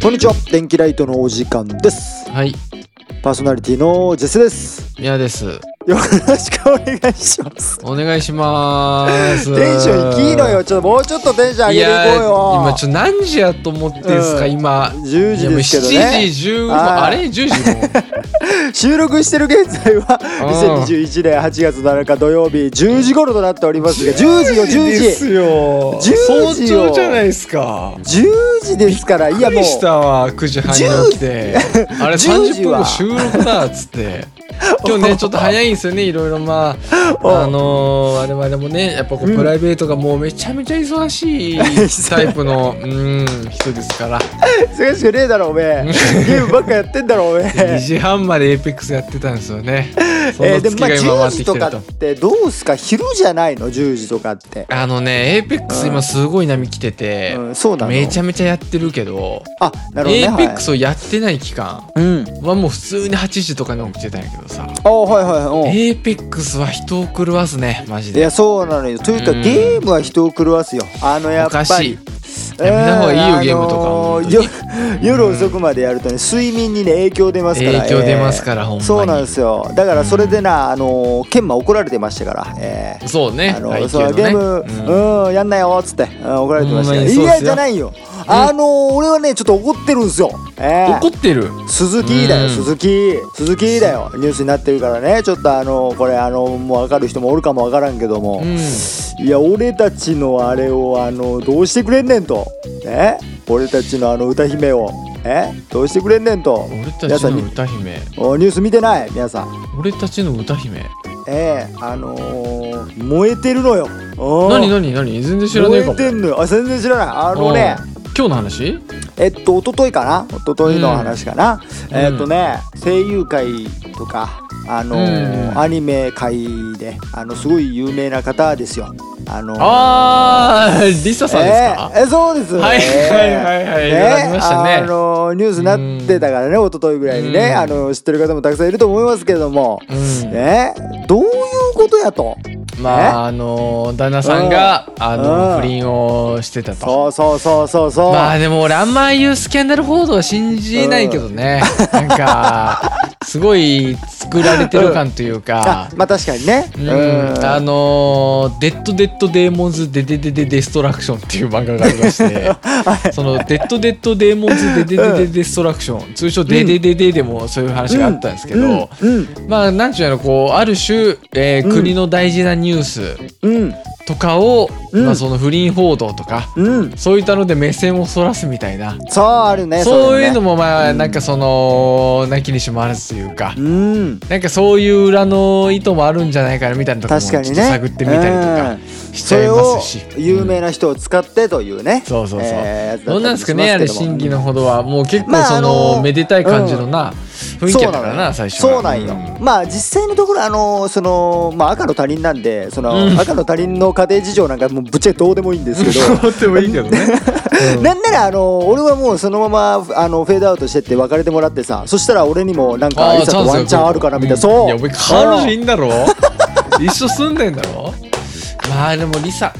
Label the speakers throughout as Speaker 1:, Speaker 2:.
Speaker 1: こんにちは電気ライトのお時間です
Speaker 2: はい、
Speaker 1: パーソナリティのジェスです
Speaker 2: 宮です。
Speaker 1: よろしくお願いします
Speaker 2: お願いしまーす。
Speaker 1: テンション低いのよちょっともうちょっとテンション上
Speaker 2: い
Speaker 1: げてい
Speaker 2: やー
Speaker 1: こうよ
Speaker 2: 今ちょっと何時やと思ってんすか、
Speaker 1: うん
Speaker 2: 今。
Speaker 1: 10時ですけど
Speaker 2: いやもう7
Speaker 1: ね
Speaker 2: 時15分
Speaker 1: あー
Speaker 2: あれ10時もう
Speaker 1: 収録してる現在は
Speaker 2: あー
Speaker 1: 2021年8月7日土曜日10時頃となっておりますが10時よ10
Speaker 2: です
Speaker 1: 時
Speaker 2: よ
Speaker 1: 10時よ
Speaker 2: 早朝じゃないですか
Speaker 1: 10時ですからいや
Speaker 2: び
Speaker 1: もう
Speaker 2: っくりしたわ9時半に起きてあ
Speaker 1: 10
Speaker 2: れ
Speaker 1: 時
Speaker 2: 30分
Speaker 1: は
Speaker 2: 後収録だっつって今日ねちょっと早いんですよねいろいろまああのー、我々もねやっぱこう、
Speaker 1: うん
Speaker 2: プライベートがもうめちゃめちゃ忙しいタイ プのうん人ですから
Speaker 1: 忙しくねえだろおめえゲームばっかやってんだ ろおめ
Speaker 2: 2
Speaker 1: え
Speaker 2: 時半までエイペックスやってたんですよ ね。そ
Speaker 1: え
Speaker 2: の
Speaker 1: ー、でも
Speaker 2: 月
Speaker 1: まあ
Speaker 2: が
Speaker 1: 10
Speaker 2: 今回って
Speaker 1: 時
Speaker 2: きて
Speaker 1: と
Speaker 2: る
Speaker 1: か
Speaker 2: と
Speaker 1: っ。てどうすか昼じゃないの10時とかって、
Speaker 2: あのね、エイペックス今すごい波来てて、
Speaker 1: うん、そうなの
Speaker 2: めち
Speaker 1: ゃ
Speaker 2: ゃめちゃやってるけど、
Speaker 1: あなるほど
Speaker 2: エ
Speaker 1: ね
Speaker 2: イペッ
Speaker 1: は
Speaker 2: ク
Speaker 1: い
Speaker 2: スをやってない期間
Speaker 1: うん
Speaker 2: はもう普通に8時とかに起きてたんやけどさ、
Speaker 1: あはいはいはい
Speaker 2: エイペックスは人を狂わすね、マジ
Speaker 1: うんい
Speaker 2: で。
Speaker 1: やそうなのよというか
Speaker 2: うん
Speaker 1: ゲームは人を狂わすよあのや
Speaker 2: お
Speaker 1: っぱ
Speaker 2: か
Speaker 1: り
Speaker 2: しい。
Speaker 1: うん
Speaker 2: やめた方がいいよ
Speaker 1: あの
Speaker 2: ゲームとか本当に
Speaker 1: よ夜遅くまでやるとね睡眠にね影響出ますから
Speaker 2: 影響出ますから、ほんまに。
Speaker 1: そうなんですよだからそれでな、あの研磨怒られてましたから、え
Speaker 2: そうね、
Speaker 1: ーあの
Speaker 2: 配給
Speaker 1: そうゲーム、
Speaker 2: うん
Speaker 1: うんやんなよっつって、うん怒られてましたけど
Speaker 2: ほん
Speaker 1: い
Speaker 2: まにそうっすよ
Speaker 1: やじゃないよ、あの俺はねちょっと怒ってるんですよ、えー
Speaker 2: 怒ってる。
Speaker 1: 鈴木だよ、
Speaker 2: うん
Speaker 1: 鈴木鈴木だよニュースになってるからねちょっとあのこれあのもう分かる人もおるかも分からんけども、
Speaker 2: うん。
Speaker 1: いや俺たちのあれをあのどうしてくれんねんとえ俺たちのあの歌姫をえどうしてくれんねんと
Speaker 2: 俺た
Speaker 1: 皆
Speaker 2: ち
Speaker 1: さん
Speaker 2: の
Speaker 1: に
Speaker 2: 歌姫。
Speaker 1: おニュース見てない皆さん
Speaker 2: 俺たちの歌姫。
Speaker 1: ええあのー、燃えてるのよ
Speaker 2: 何
Speaker 1: 何
Speaker 2: 何何全然知らね
Speaker 1: 燃
Speaker 2: えか
Speaker 1: え
Speaker 2: も。
Speaker 1: てんのよあ全然知らないあのね
Speaker 2: うん今日の話
Speaker 1: えっと一昨日かな一昨日の話かな、えっとね声優界とかあのー
Speaker 2: うん
Speaker 1: アニメ界であのすごい有名な方ですよあのー
Speaker 2: あー、リサさんですか、
Speaker 1: えーえそうです
Speaker 2: はいはいはいはい、ありましたね。
Speaker 1: あのーニュースになってたからね一昨日ぐらいに
Speaker 2: う
Speaker 1: ね
Speaker 2: ん
Speaker 1: あのー知ってる方もたくさんいると思いますけれども、
Speaker 2: うん
Speaker 1: ねどういうことやと
Speaker 2: まああの旦那さんがあの
Speaker 1: うん
Speaker 2: 不倫をしてたと。
Speaker 1: そうそうそうそうそう、
Speaker 2: まあでも俺あんま言うスキャンダル報道は信じないけどね。なんかすごい作られてる感という
Speaker 1: あ。
Speaker 2: か
Speaker 1: まあ確かにね
Speaker 2: うん、あのデッド・デッド・デーモンズ・デデデデ・デストラクション」っていう漫画があり ましてそのデッド・デッド・デーモンズ・デデデデ・デストラクション通称「デデデデ」でもそういう話があったんですけど、
Speaker 1: うんうん
Speaker 2: まあなんちゅうのこうある種、えー
Speaker 1: うん
Speaker 2: 国の大事なニュース
Speaker 1: うん
Speaker 2: とかを、
Speaker 1: うん
Speaker 2: まあ、その不倫報道とか、
Speaker 1: うん
Speaker 2: そういったので目線をそらすみたいな、
Speaker 1: そうあるね
Speaker 2: そういうの
Speaker 1: も
Speaker 2: もまあなんかそのなきにしもあらずというか、
Speaker 1: うん
Speaker 2: なんかそういう裏の意図もあるんじゃないかなみたいなところも
Speaker 1: 確か
Speaker 2: ちょっ
Speaker 1: に
Speaker 2: と
Speaker 1: ね
Speaker 2: 探ってみたりとかしち
Speaker 1: そ
Speaker 2: ゃい
Speaker 1: れ
Speaker 2: ま
Speaker 1: を
Speaker 2: すし。
Speaker 1: 有
Speaker 2: うん
Speaker 1: 名な人を使ってというね、
Speaker 2: そうそうそう。
Speaker 1: えーやつだ
Speaker 2: どう
Speaker 1: った
Speaker 2: なん
Speaker 1: り
Speaker 2: ですか
Speaker 1: し
Speaker 2: ね
Speaker 1: ま
Speaker 2: あ
Speaker 1: け
Speaker 2: れ
Speaker 1: ども
Speaker 2: 真偽のほどはもう結構
Speaker 1: まあ
Speaker 2: その、
Speaker 1: あの
Speaker 2: めでたい感じのな、雰囲気やったからな
Speaker 1: そう
Speaker 2: 最
Speaker 1: の
Speaker 2: 初
Speaker 1: そうなんよ、
Speaker 2: うん
Speaker 1: まあ実際のところあのその、まあ、赤の他人なんでその、
Speaker 2: うん
Speaker 1: 赤の他人の家庭事情なんかもうぶっちゃけどうでもいいんです けど
Speaker 2: とってもいいけどね。うん
Speaker 1: なんならあの俺はもうそのままあのフェードアウトしてって別れてもらってさそしたら俺にもなんか
Speaker 2: あ
Speaker 1: あ
Speaker 2: ー
Speaker 1: りさとワンチャンあるかなみたいなそう
Speaker 2: やお前彼女いんだろ一緒住んでんだろまあでもリサ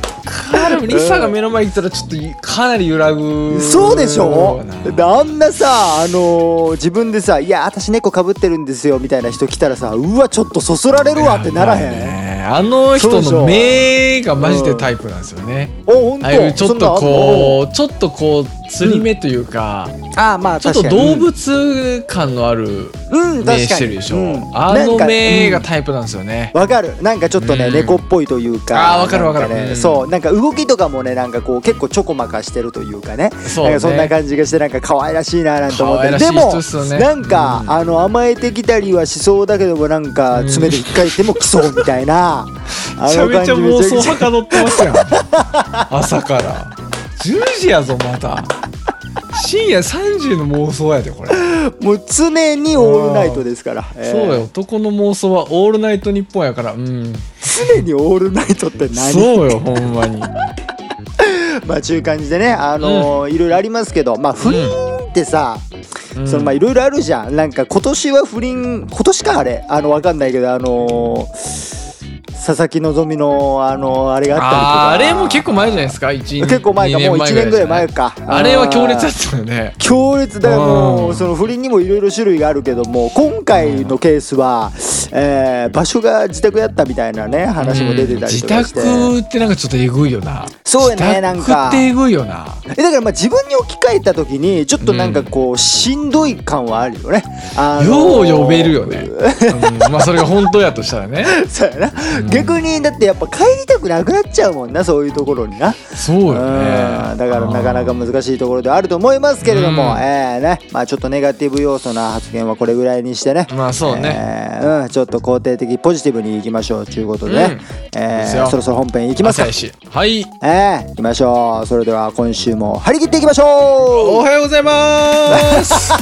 Speaker 2: 彼女リサが目の前にいたらちょっとかなり揺らぐ
Speaker 1: そうでしょ
Speaker 2: な
Speaker 1: であんなさ、あのー自分でさ「いや私猫かぶってるんですよ」みたいな人来たらさうわちょっとそそられるわってならへん、
Speaker 2: ねあの人の目がマジでタイプなんですよね、
Speaker 1: おほん
Speaker 2: ああいう
Speaker 1: と
Speaker 2: ちょっとこうちょっとこう釣り目というか、
Speaker 1: うあーまあ
Speaker 2: ちょっと
Speaker 1: 確かに
Speaker 2: 動物感のある
Speaker 1: うん、うん、確
Speaker 2: 目
Speaker 1: かに
Speaker 2: してるでしょ、
Speaker 1: うん
Speaker 2: あの目
Speaker 1: なん
Speaker 2: が
Speaker 1: か
Speaker 2: タイプなんですよね、
Speaker 1: うんわかるなんかちょっとね、
Speaker 2: うん
Speaker 1: 猫っぽいというか
Speaker 2: あーわかるわかる
Speaker 1: なんね
Speaker 2: うん
Speaker 1: そうなんか動きとかもねなんかこう結構ちょこまかしてるというかね
Speaker 2: そ
Speaker 1: な
Speaker 2: う
Speaker 1: ん
Speaker 2: ね
Speaker 1: かそんな感じがしてなんか可愛らしいななんて思っ
Speaker 2: 可
Speaker 1: て
Speaker 2: 愛らし
Speaker 1: で
Speaker 2: い
Speaker 1: も
Speaker 2: 人っすよね
Speaker 1: なんか、
Speaker 2: うん
Speaker 1: あの甘えてきたりはしそうだけどもなんか
Speaker 2: うん
Speaker 1: 爪で引っかいてもクソみたいなあ
Speaker 2: めちゃ
Speaker 1: の
Speaker 2: め
Speaker 1: 感
Speaker 2: ち
Speaker 1: じ
Speaker 2: ゃ妄想
Speaker 1: めちゃ
Speaker 2: はかどってま すやん朝から10時やぞまた深夜3時の妄想やでこれ、
Speaker 1: もう常にオールナイトですから、えー
Speaker 2: そうよ男の妄想はオールナイトニッポンやからうん
Speaker 1: 常にオールナイトって何
Speaker 2: そうよほんま に
Speaker 1: まあ中間じでねあのーいろいろありますけどまあ不倫ってさ、
Speaker 2: うん
Speaker 1: そのまあいろいろあるじゃんなんか今年は不倫今年かあれあのわかんないけどあのー佐々木希のあのあれがあ
Speaker 2: あー
Speaker 1: った
Speaker 2: あ
Speaker 1: りとか
Speaker 2: れも結構前じゃないですか1
Speaker 1: 結構前か
Speaker 2: 2
Speaker 1: もう1年ぐらい
Speaker 2: じゃな
Speaker 1: 前か
Speaker 2: あれは強烈
Speaker 1: だ
Speaker 2: だったよね
Speaker 1: 強烈だよも
Speaker 2: う
Speaker 1: うんその不倫にもいろいろ種類があるけども今回のケースは、えー場所が自宅やったみたいなね話も出てたり
Speaker 2: 自
Speaker 1: とかして、
Speaker 2: 宅ってなんかちょっとえぐいよな
Speaker 1: そうやねなんか
Speaker 2: 自宅ってえぐいよな
Speaker 1: えだからまあ自分に置き換えた時にちょっとなんかこう、しんどい感はあるよね。あ
Speaker 2: よ
Speaker 1: の
Speaker 2: う
Speaker 1: ー
Speaker 2: 呼べるよね、 うんまあそれが本当やとしたらね
Speaker 1: そうやな、
Speaker 2: うん
Speaker 1: 逆にだってやっぱ帰りたくなくなっちゃうもんなそういうところにな。
Speaker 2: そうよ
Speaker 1: う
Speaker 2: ね
Speaker 1: んだからなかなか難しいところではあると思いますけれども、
Speaker 2: うん
Speaker 1: えーねまあ、ちょっとネガティブ要素な発言はこれぐらいにしてね。
Speaker 2: まあそうね、
Speaker 1: えーうん、ちょっと肯定的ポジティブにいきましょうということでね、え
Speaker 2: です
Speaker 1: ー
Speaker 2: よ
Speaker 1: そろそろ本編いきます
Speaker 2: 朝
Speaker 1: か
Speaker 2: やしはい
Speaker 1: えー、いきましょうそれでは今週も張り切っていきましょう
Speaker 2: おはようございます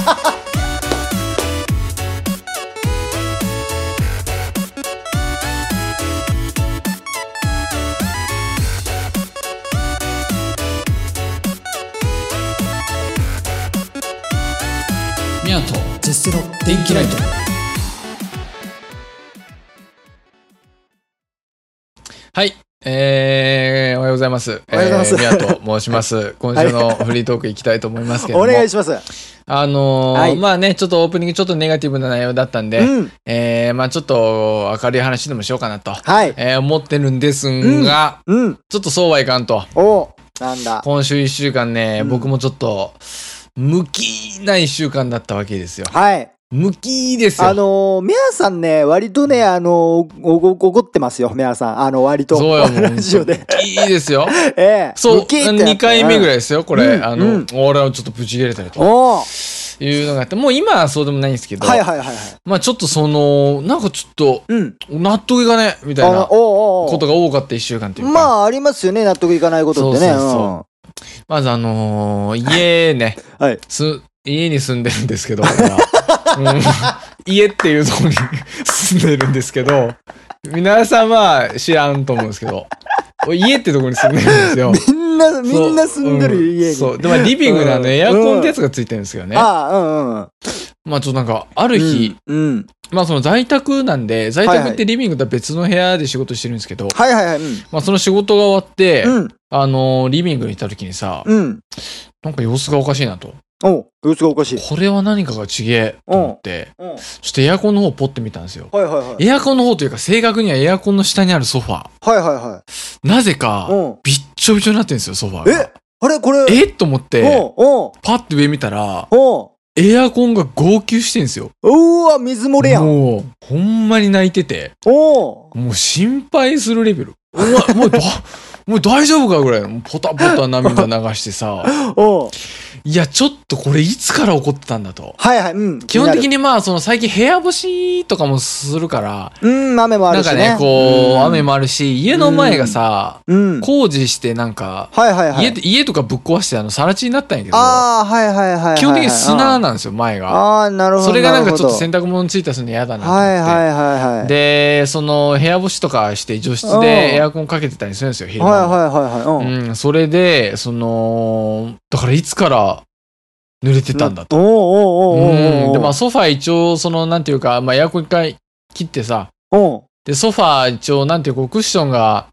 Speaker 2: みやと絶世の電気ライトはいえー、おはようございます。
Speaker 1: おはようございます
Speaker 2: えー、宮と申します。今週のフリートーク行きたいと思いますけれど
Speaker 1: お
Speaker 2: も。
Speaker 1: 願いします
Speaker 2: あのー
Speaker 1: はい
Speaker 2: まあね、ちょっとオープニングちょっとネガティブな内容だったんで、
Speaker 1: うん
Speaker 2: えー、まあちょっと明るい話でもしようかなと、
Speaker 1: はい
Speaker 2: えー、思ってるんですが、
Speaker 1: うん
Speaker 2: ちょっとそうはいかんと。
Speaker 1: おなんだ
Speaker 2: 今週一週間ね、
Speaker 1: うん
Speaker 2: 僕もちょっと、向きない一週間だったわけですよ。
Speaker 1: はい
Speaker 2: 向きですよ。
Speaker 1: あのー、メアさんね割とねあのー、おお怒ってますよメアさんあの割と
Speaker 2: そうやもん。
Speaker 1: ラジオで
Speaker 2: 向きです よ。
Speaker 1: ええ
Speaker 2: そう、
Speaker 1: ムキってやつ
Speaker 2: 2回目ぐらい
Speaker 1: うん
Speaker 2: ですよ、これ。
Speaker 1: うん
Speaker 2: あ
Speaker 1: う
Speaker 2: の
Speaker 1: ん、
Speaker 2: 俺はちょっとブチ切れたりと
Speaker 1: お
Speaker 2: いうのがあって、もう今はそうでもないんですけど、
Speaker 1: はいはいはいはい
Speaker 2: まあちょっとその、なんかちょっと、
Speaker 1: うん
Speaker 2: 納得いかねえみたい
Speaker 1: あの
Speaker 2: な。
Speaker 1: おうおうお
Speaker 2: ことが多かった1週間という
Speaker 1: う
Speaker 2: か、
Speaker 1: まあありますよね納得いかないことってね
Speaker 2: そうそうそまずあのー家ね
Speaker 1: うんはい
Speaker 2: す家に住んでるんですけど、俺はうん 家っていうところに住んでるんですけど皆さんは知らんと思うんですけど俺家ってところに住んでるんです
Speaker 1: み
Speaker 2: よ
Speaker 1: んな みんな住んで
Speaker 2: そうう
Speaker 1: る家に
Speaker 2: そうでまあリビングのあ
Speaker 1: うん
Speaker 2: のエアコンってやつがついてるんですけどね、
Speaker 1: ああうんうん
Speaker 2: まあちょっとなんかあ
Speaker 1: う
Speaker 2: る日
Speaker 1: ん、うん
Speaker 2: まあその在宅なんで在
Speaker 1: はい
Speaker 2: 宅
Speaker 1: は
Speaker 2: っ
Speaker 1: い
Speaker 2: てリビングとは別の部屋で仕事してるんですけど、
Speaker 1: はいはいはいうん
Speaker 2: まあその仕事が終わって、
Speaker 1: うん
Speaker 2: あのーリビングにいた時にさ、
Speaker 1: うん
Speaker 2: なんか様子がおかしいなと
Speaker 1: おう様子がおかしい
Speaker 2: これは何かがちげえと思って、
Speaker 1: うんはい
Speaker 2: ちょっとエアコンの方をポッて見たんですよ。
Speaker 1: はいはい
Speaker 2: エアコンの方というか、正確にはエアコンの下にあるソファー。
Speaker 1: はいはいは
Speaker 2: なぜ
Speaker 1: い
Speaker 2: か、
Speaker 1: うん
Speaker 2: びっちょびちょになってるんですよ、ソファーが
Speaker 1: え。あれこれ
Speaker 2: えと思って、
Speaker 1: おうおう
Speaker 2: パッて上見たら、
Speaker 1: おう
Speaker 2: エアコンが号泣してんですよ。
Speaker 1: うーわ水漏れやん
Speaker 2: もう、ほんまに泣いてて、
Speaker 1: おう
Speaker 2: もう心配するレベル。お前、お前だ、 もう大丈夫かぐらいの、ポタポタ涙流してさ、
Speaker 1: おう
Speaker 2: いや、ちょっとこれいつから起こってたんだと。
Speaker 1: はいはいうん
Speaker 2: 基本的
Speaker 1: に
Speaker 2: にまあ、その最近部屋干しとかもするから、
Speaker 1: うん雨もあ
Speaker 2: な
Speaker 1: る
Speaker 2: ん
Speaker 1: し
Speaker 2: か
Speaker 1: ね
Speaker 2: ね、こう、
Speaker 1: ん
Speaker 2: 雨もあるし、家の前がさ、
Speaker 1: うん
Speaker 2: 工事してなんか、
Speaker 1: はいはいはい
Speaker 2: 家で家とかぶっ壊してあの、さら地になったんやけど、
Speaker 1: ああはいはいはいはいはい
Speaker 2: 基本的に砂
Speaker 1: あ
Speaker 2: なんですよ、前が。
Speaker 1: あーなるほど
Speaker 2: それがなんかちょっと洗
Speaker 1: 洗
Speaker 2: 濯物についたりするの嫌だなと思っ
Speaker 1: は
Speaker 2: て。
Speaker 1: いはいはいはい
Speaker 2: で、その、部屋干しとかして、除湿
Speaker 1: うん
Speaker 2: でエアコンかけてたりするんですよ、昼間
Speaker 1: はい
Speaker 2: も。
Speaker 1: はいはいはいうん
Speaker 2: うん、それで、その、だからいつから濡れてたんだと。
Speaker 1: おうおうおうおうお
Speaker 2: う
Speaker 1: うん
Speaker 2: で、まあ、ソファー一応、その、なんていうか、まあ、エアコン一回切ってさ、
Speaker 1: おう
Speaker 2: で、ソファー一応、なんていうか、クッションが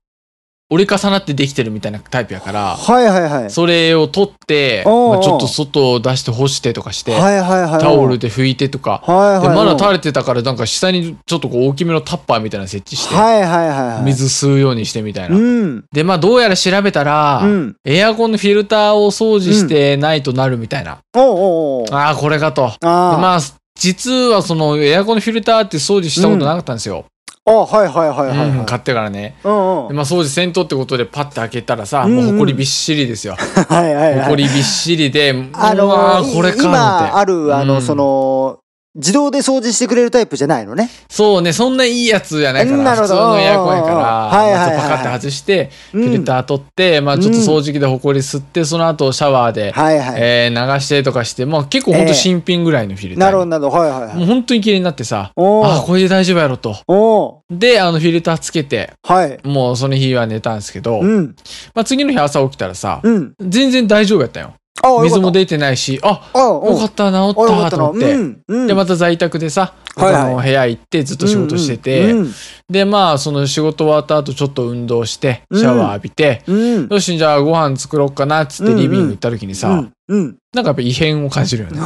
Speaker 2: 折り重なってできてるみたいなタイプやから、
Speaker 1: はいはいはい
Speaker 2: それを取って、
Speaker 1: おうおう
Speaker 2: まあちょっと外を出して干してとかして、
Speaker 1: はいはいはい
Speaker 2: タオルで拭いてとか、
Speaker 1: はいはい
Speaker 2: でまだ
Speaker 1: は
Speaker 2: 垂れてたから、なんか下にちょっとこう大きめのタッパーみたいなの設置して、
Speaker 1: いはいはいはい
Speaker 2: 水吸うようにしてみたいな。
Speaker 1: うん
Speaker 2: で、まあどうやら調べたら、
Speaker 1: うん
Speaker 2: エアコンのフィルターを掃除してないとなるみたいな。
Speaker 1: おうおうおう
Speaker 2: ああ、これかと。で
Speaker 1: あ
Speaker 2: まあ、実はそのエアコンのフィルターって掃除したことなかったんですよ。
Speaker 1: ああはいはいはいはい
Speaker 2: うん
Speaker 1: は
Speaker 2: 買ってからね。
Speaker 1: いうんうん
Speaker 2: でまあ掃除せんとってことでパッて開けたらさ、
Speaker 1: うんうん
Speaker 2: もう埃びっしりですよ。
Speaker 1: はいはいはい
Speaker 2: 埃びっしりで、
Speaker 1: あ
Speaker 2: うわ
Speaker 1: の
Speaker 2: ーこれかと思
Speaker 1: 今
Speaker 2: って。
Speaker 1: あるあの、
Speaker 2: うん
Speaker 1: その自動で掃除してくれるタイプじゃないのね。
Speaker 2: そうね、そんないいやつやないか
Speaker 1: うんな
Speaker 2: ら、
Speaker 1: るほ
Speaker 2: 普
Speaker 1: ど
Speaker 2: 通のエアコンやから、
Speaker 1: はいはいはいはい
Speaker 2: まあパカッて外して、
Speaker 1: う
Speaker 2: フィル
Speaker 1: ん、
Speaker 2: ター取って、まあちょっと掃除機で埃吸って、その後シャワーで、
Speaker 1: はいはい、
Speaker 2: えー流してとかして、まあ結構ほんと新品ぐらいのフィルター。
Speaker 1: なるほどなるほどはいはいは
Speaker 2: もう
Speaker 1: い。
Speaker 2: 本当に綺麗になってさ、
Speaker 1: お
Speaker 2: ああ、
Speaker 1: ー
Speaker 2: これで大丈夫やろと。
Speaker 1: お
Speaker 2: で、あのフィルターつけて、
Speaker 1: ーはい。
Speaker 2: もうその日は寝たんですけど、
Speaker 1: うん
Speaker 2: まあ次の日朝起きたらさ、
Speaker 1: うん
Speaker 2: 全然大丈夫やったよ。
Speaker 1: あよかった
Speaker 2: 水も出てないし、あ、
Speaker 1: あうん
Speaker 2: よかった、治
Speaker 1: あ
Speaker 2: っ、
Speaker 1: よかったた
Speaker 2: と
Speaker 1: な
Speaker 2: 思って
Speaker 1: う。んうん
Speaker 2: で、また在宅でさ、
Speaker 1: はいはい
Speaker 2: 他の部屋行ってずっと仕事してて、
Speaker 1: うん
Speaker 2: で、まあ、その仕事終わった後ちょっと運動して、シャワー浴びて、
Speaker 1: うんうん
Speaker 2: よし、じゃあご飯作ろうかな、つってリビング行った時にさ、
Speaker 1: うんうん
Speaker 2: なんかやっぱ異変を感じるよね。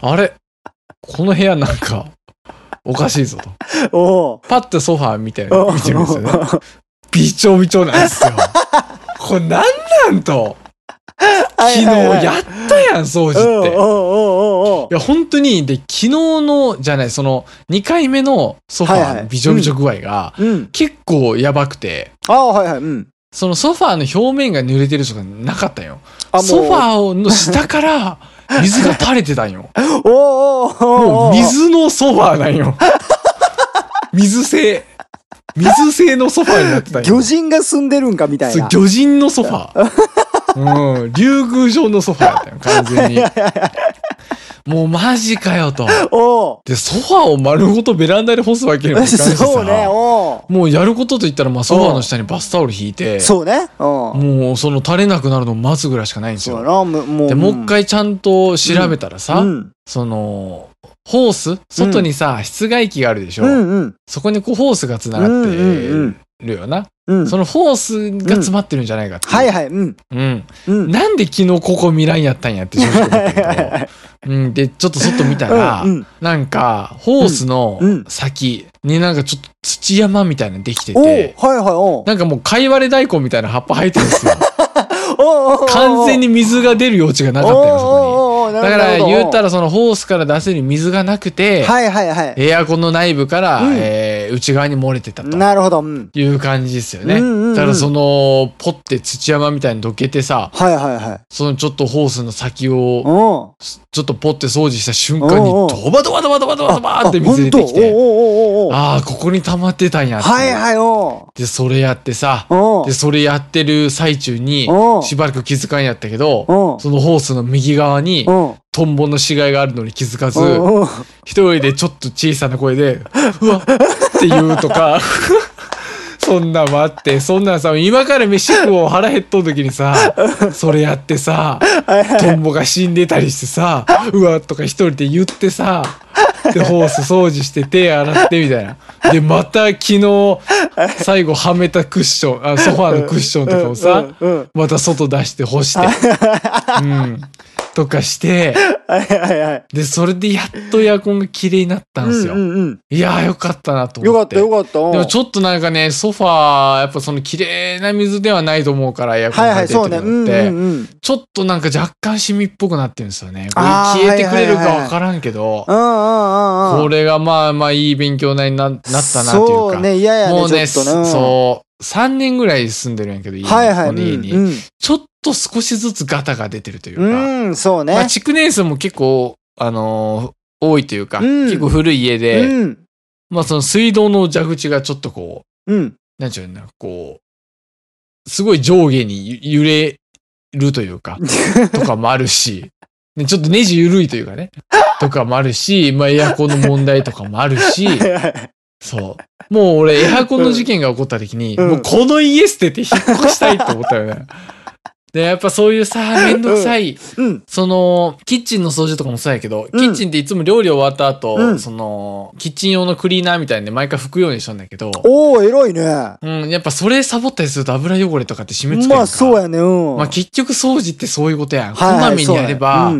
Speaker 2: あれこの部屋なんか、おかしいぞと。
Speaker 1: おう
Speaker 2: パッてソファーみたいな
Speaker 1: お
Speaker 2: の見てるん ですよね。びちょびちょなんですよ。これなんなんと。
Speaker 1: 昨
Speaker 2: 昨日やったやん、掃除って。
Speaker 1: おうおうおうおうおう
Speaker 2: いや、本当に、で、昨日の、じゃない、その、2回目のソフ
Speaker 1: はい
Speaker 2: ァー
Speaker 1: は
Speaker 2: の
Speaker 1: い
Speaker 2: びちょびちょ具合が、
Speaker 1: うん
Speaker 2: 結構やばくて、
Speaker 1: ああはいはいうん
Speaker 2: そのソファーの表面が濡れてるとかなかったんよ。
Speaker 1: あもう
Speaker 2: ソファーをの 下から水が垂れてたんよ。
Speaker 1: おうおうおうおう
Speaker 2: もう水のソファーなんよ。水性。水性のソファーになってたんよ。
Speaker 1: 魚人が住んでるんかみたい
Speaker 2: そう
Speaker 1: な
Speaker 2: 魚人のソファー。うん。竜宮城のソファーやったよ、完全に。 もうマジかよと。
Speaker 1: お
Speaker 2: で、ソファーを丸ごとベランダで干すわけにもいうかんしさ。
Speaker 1: そうねお
Speaker 2: もうやることといったら、まあソファーの下にバスタオル引いうて、
Speaker 1: そうねうん
Speaker 2: もうその垂れなくなるのを待つぐらいしかないんです
Speaker 1: そうやな
Speaker 2: よ。
Speaker 1: もうも
Speaker 2: で、
Speaker 1: う
Speaker 2: もう一回ちゃんと調べたらさ、
Speaker 1: うん
Speaker 2: その、ホース外にさ、室外機があるでしょ、
Speaker 1: うんうん
Speaker 2: そこにこうホースがつながって
Speaker 1: うん
Speaker 2: るよな、
Speaker 1: うん
Speaker 2: そのホースが詰まってるんじゃないかっていう。
Speaker 1: はいはいうん
Speaker 2: うん。
Speaker 1: うん
Speaker 2: なんで昨日ここ見らんやったんやって正直思ったけど、うん、でちょっと外見たら、
Speaker 1: うんうん
Speaker 2: なんかホースの
Speaker 1: うん
Speaker 2: 先になんかちょっと土山みたいなのできて
Speaker 1: おうはい
Speaker 2: て、
Speaker 1: はいおう
Speaker 2: なんかもうかいわれ大根みたいな葉っぱ生えてるん ですよ
Speaker 1: おうおうおう
Speaker 2: 完全に水が出る余地がなかったよそこ
Speaker 1: おうおうおうおう
Speaker 2: に
Speaker 1: な
Speaker 2: だ
Speaker 1: る
Speaker 2: か
Speaker 1: ほど
Speaker 2: ら言うた
Speaker 1: なる
Speaker 2: らそのホースから出せる水がなくて、
Speaker 1: ほどはいはいはい
Speaker 2: エアコンの内部から、
Speaker 1: うん
Speaker 2: えー内側に漏れてたと
Speaker 1: なるほどうん
Speaker 2: いう感じですよね、
Speaker 1: うんうんうん
Speaker 2: だからそのポッて土山みたいにどけてさ
Speaker 1: はいはいはい
Speaker 2: そのちょっとホースの先を
Speaker 1: おう
Speaker 2: ちょっとポッて掃除した瞬間に
Speaker 1: おうおう
Speaker 2: ドバドバドバドバドバドバーって水出てき
Speaker 1: あほんと
Speaker 2: て
Speaker 1: おうおうおうおうおう
Speaker 2: ああここに溜まってたんやって
Speaker 1: はいはいおう
Speaker 2: でそれやってさ
Speaker 1: おう
Speaker 2: でそれやってる最中に
Speaker 1: おう
Speaker 2: しばらく気づかんやったけど
Speaker 1: おう
Speaker 2: そのホースの右側に
Speaker 1: おう
Speaker 2: トンボの死骸があるのに気づかず
Speaker 1: おうおう
Speaker 2: 一人でちょっと小さな声で「うわっ!」って言うとかそんなんもあってそんなんさ今から飯食おう腹減っとん時にさそれやってさ
Speaker 1: はいはい
Speaker 2: トンボが死んでたりしてさ「うわ」とか一人で言ってさでホース掃除して手洗ってみたいな。でまた昨日最後はめたクッションあソファーのクッションとかをさ
Speaker 1: うんうんうん
Speaker 2: また外出して干して、うん、とかして
Speaker 1: はいはいはい
Speaker 2: でそれでやっとエアコンが綺麗になったんですよ。
Speaker 1: うんうん
Speaker 2: いやーよかったなと
Speaker 1: うん、よ
Speaker 2: 思
Speaker 1: か
Speaker 2: っ。
Speaker 1: ってたよかった。
Speaker 2: でもち
Speaker 1: ょっ
Speaker 2: ょっとなんかね、ソファー、やっぱその綺麗な水ではないと思うから、エアコン
Speaker 1: はいは
Speaker 2: 入っ
Speaker 1: い、
Speaker 2: てる
Speaker 1: そう
Speaker 2: と
Speaker 1: ね。
Speaker 2: こ
Speaker 1: うん
Speaker 2: っ
Speaker 1: うん
Speaker 2: て、
Speaker 1: うん。
Speaker 2: ちょっとなんか若干シミっぽくなってるんですよね。これ
Speaker 1: あー
Speaker 2: 消えてくれるかわからんけど
Speaker 1: う、んうんうんうん。
Speaker 2: これがまあまあいい勉強にななったなっていう
Speaker 1: そう
Speaker 2: か。
Speaker 1: ね、嫌やね。
Speaker 2: もうね、
Speaker 1: ちょっとね
Speaker 2: そう、3年ぐらい住んでるんやけど、家に
Speaker 1: はいはい。
Speaker 2: この家に、
Speaker 1: うん
Speaker 2: ちょっと少しずつガタが出てるという
Speaker 1: う
Speaker 2: か、
Speaker 1: ん、うんそうね
Speaker 2: まあ、。築年数も結構、あのー多いというか、
Speaker 1: うん
Speaker 2: 結構古い家で、
Speaker 1: うん。
Speaker 2: まあその水道の蛇口がちょっとこ
Speaker 1: うん。
Speaker 2: う、なんちゅうのかな、こう、すごい上下にゆ揺れるという か、とかもあるし、でちょっとネジ緩いという かね、とかもあるし、まあエアコンの問題とかもあ るし、そう。もう俺エアコンの事件が起こった時に、
Speaker 1: うん
Speaker 2: もうこの家捨てて引っ越したいと思ったよ ね。で、やっぱそういうさ、めんどくさい、
Speaker 1: うん。
Speaker 2: その、キッチンの掃除とかもそうやけど、
Speaker 1: うん
Speaker 2: キッチンっていつも料理終わった後、
Speaker 1: うん
Speaker 2: その、キッチン用のクリーナーみたいなんで毎回拭くようにしとんだけど、
Speaker 1: おお、偉いね。
Speaker 2: うん、やっぱそれサボったりすると油汚れとかって締め付けるから。
Speaker 1: まあ、そうやね。うん。
Speaker 2: まあ結局掃除ってそういうことやん。こ
Speaker 1: はい
Speaker 2: ま
Speaker 1: はい
Speaker 2: めにやれば、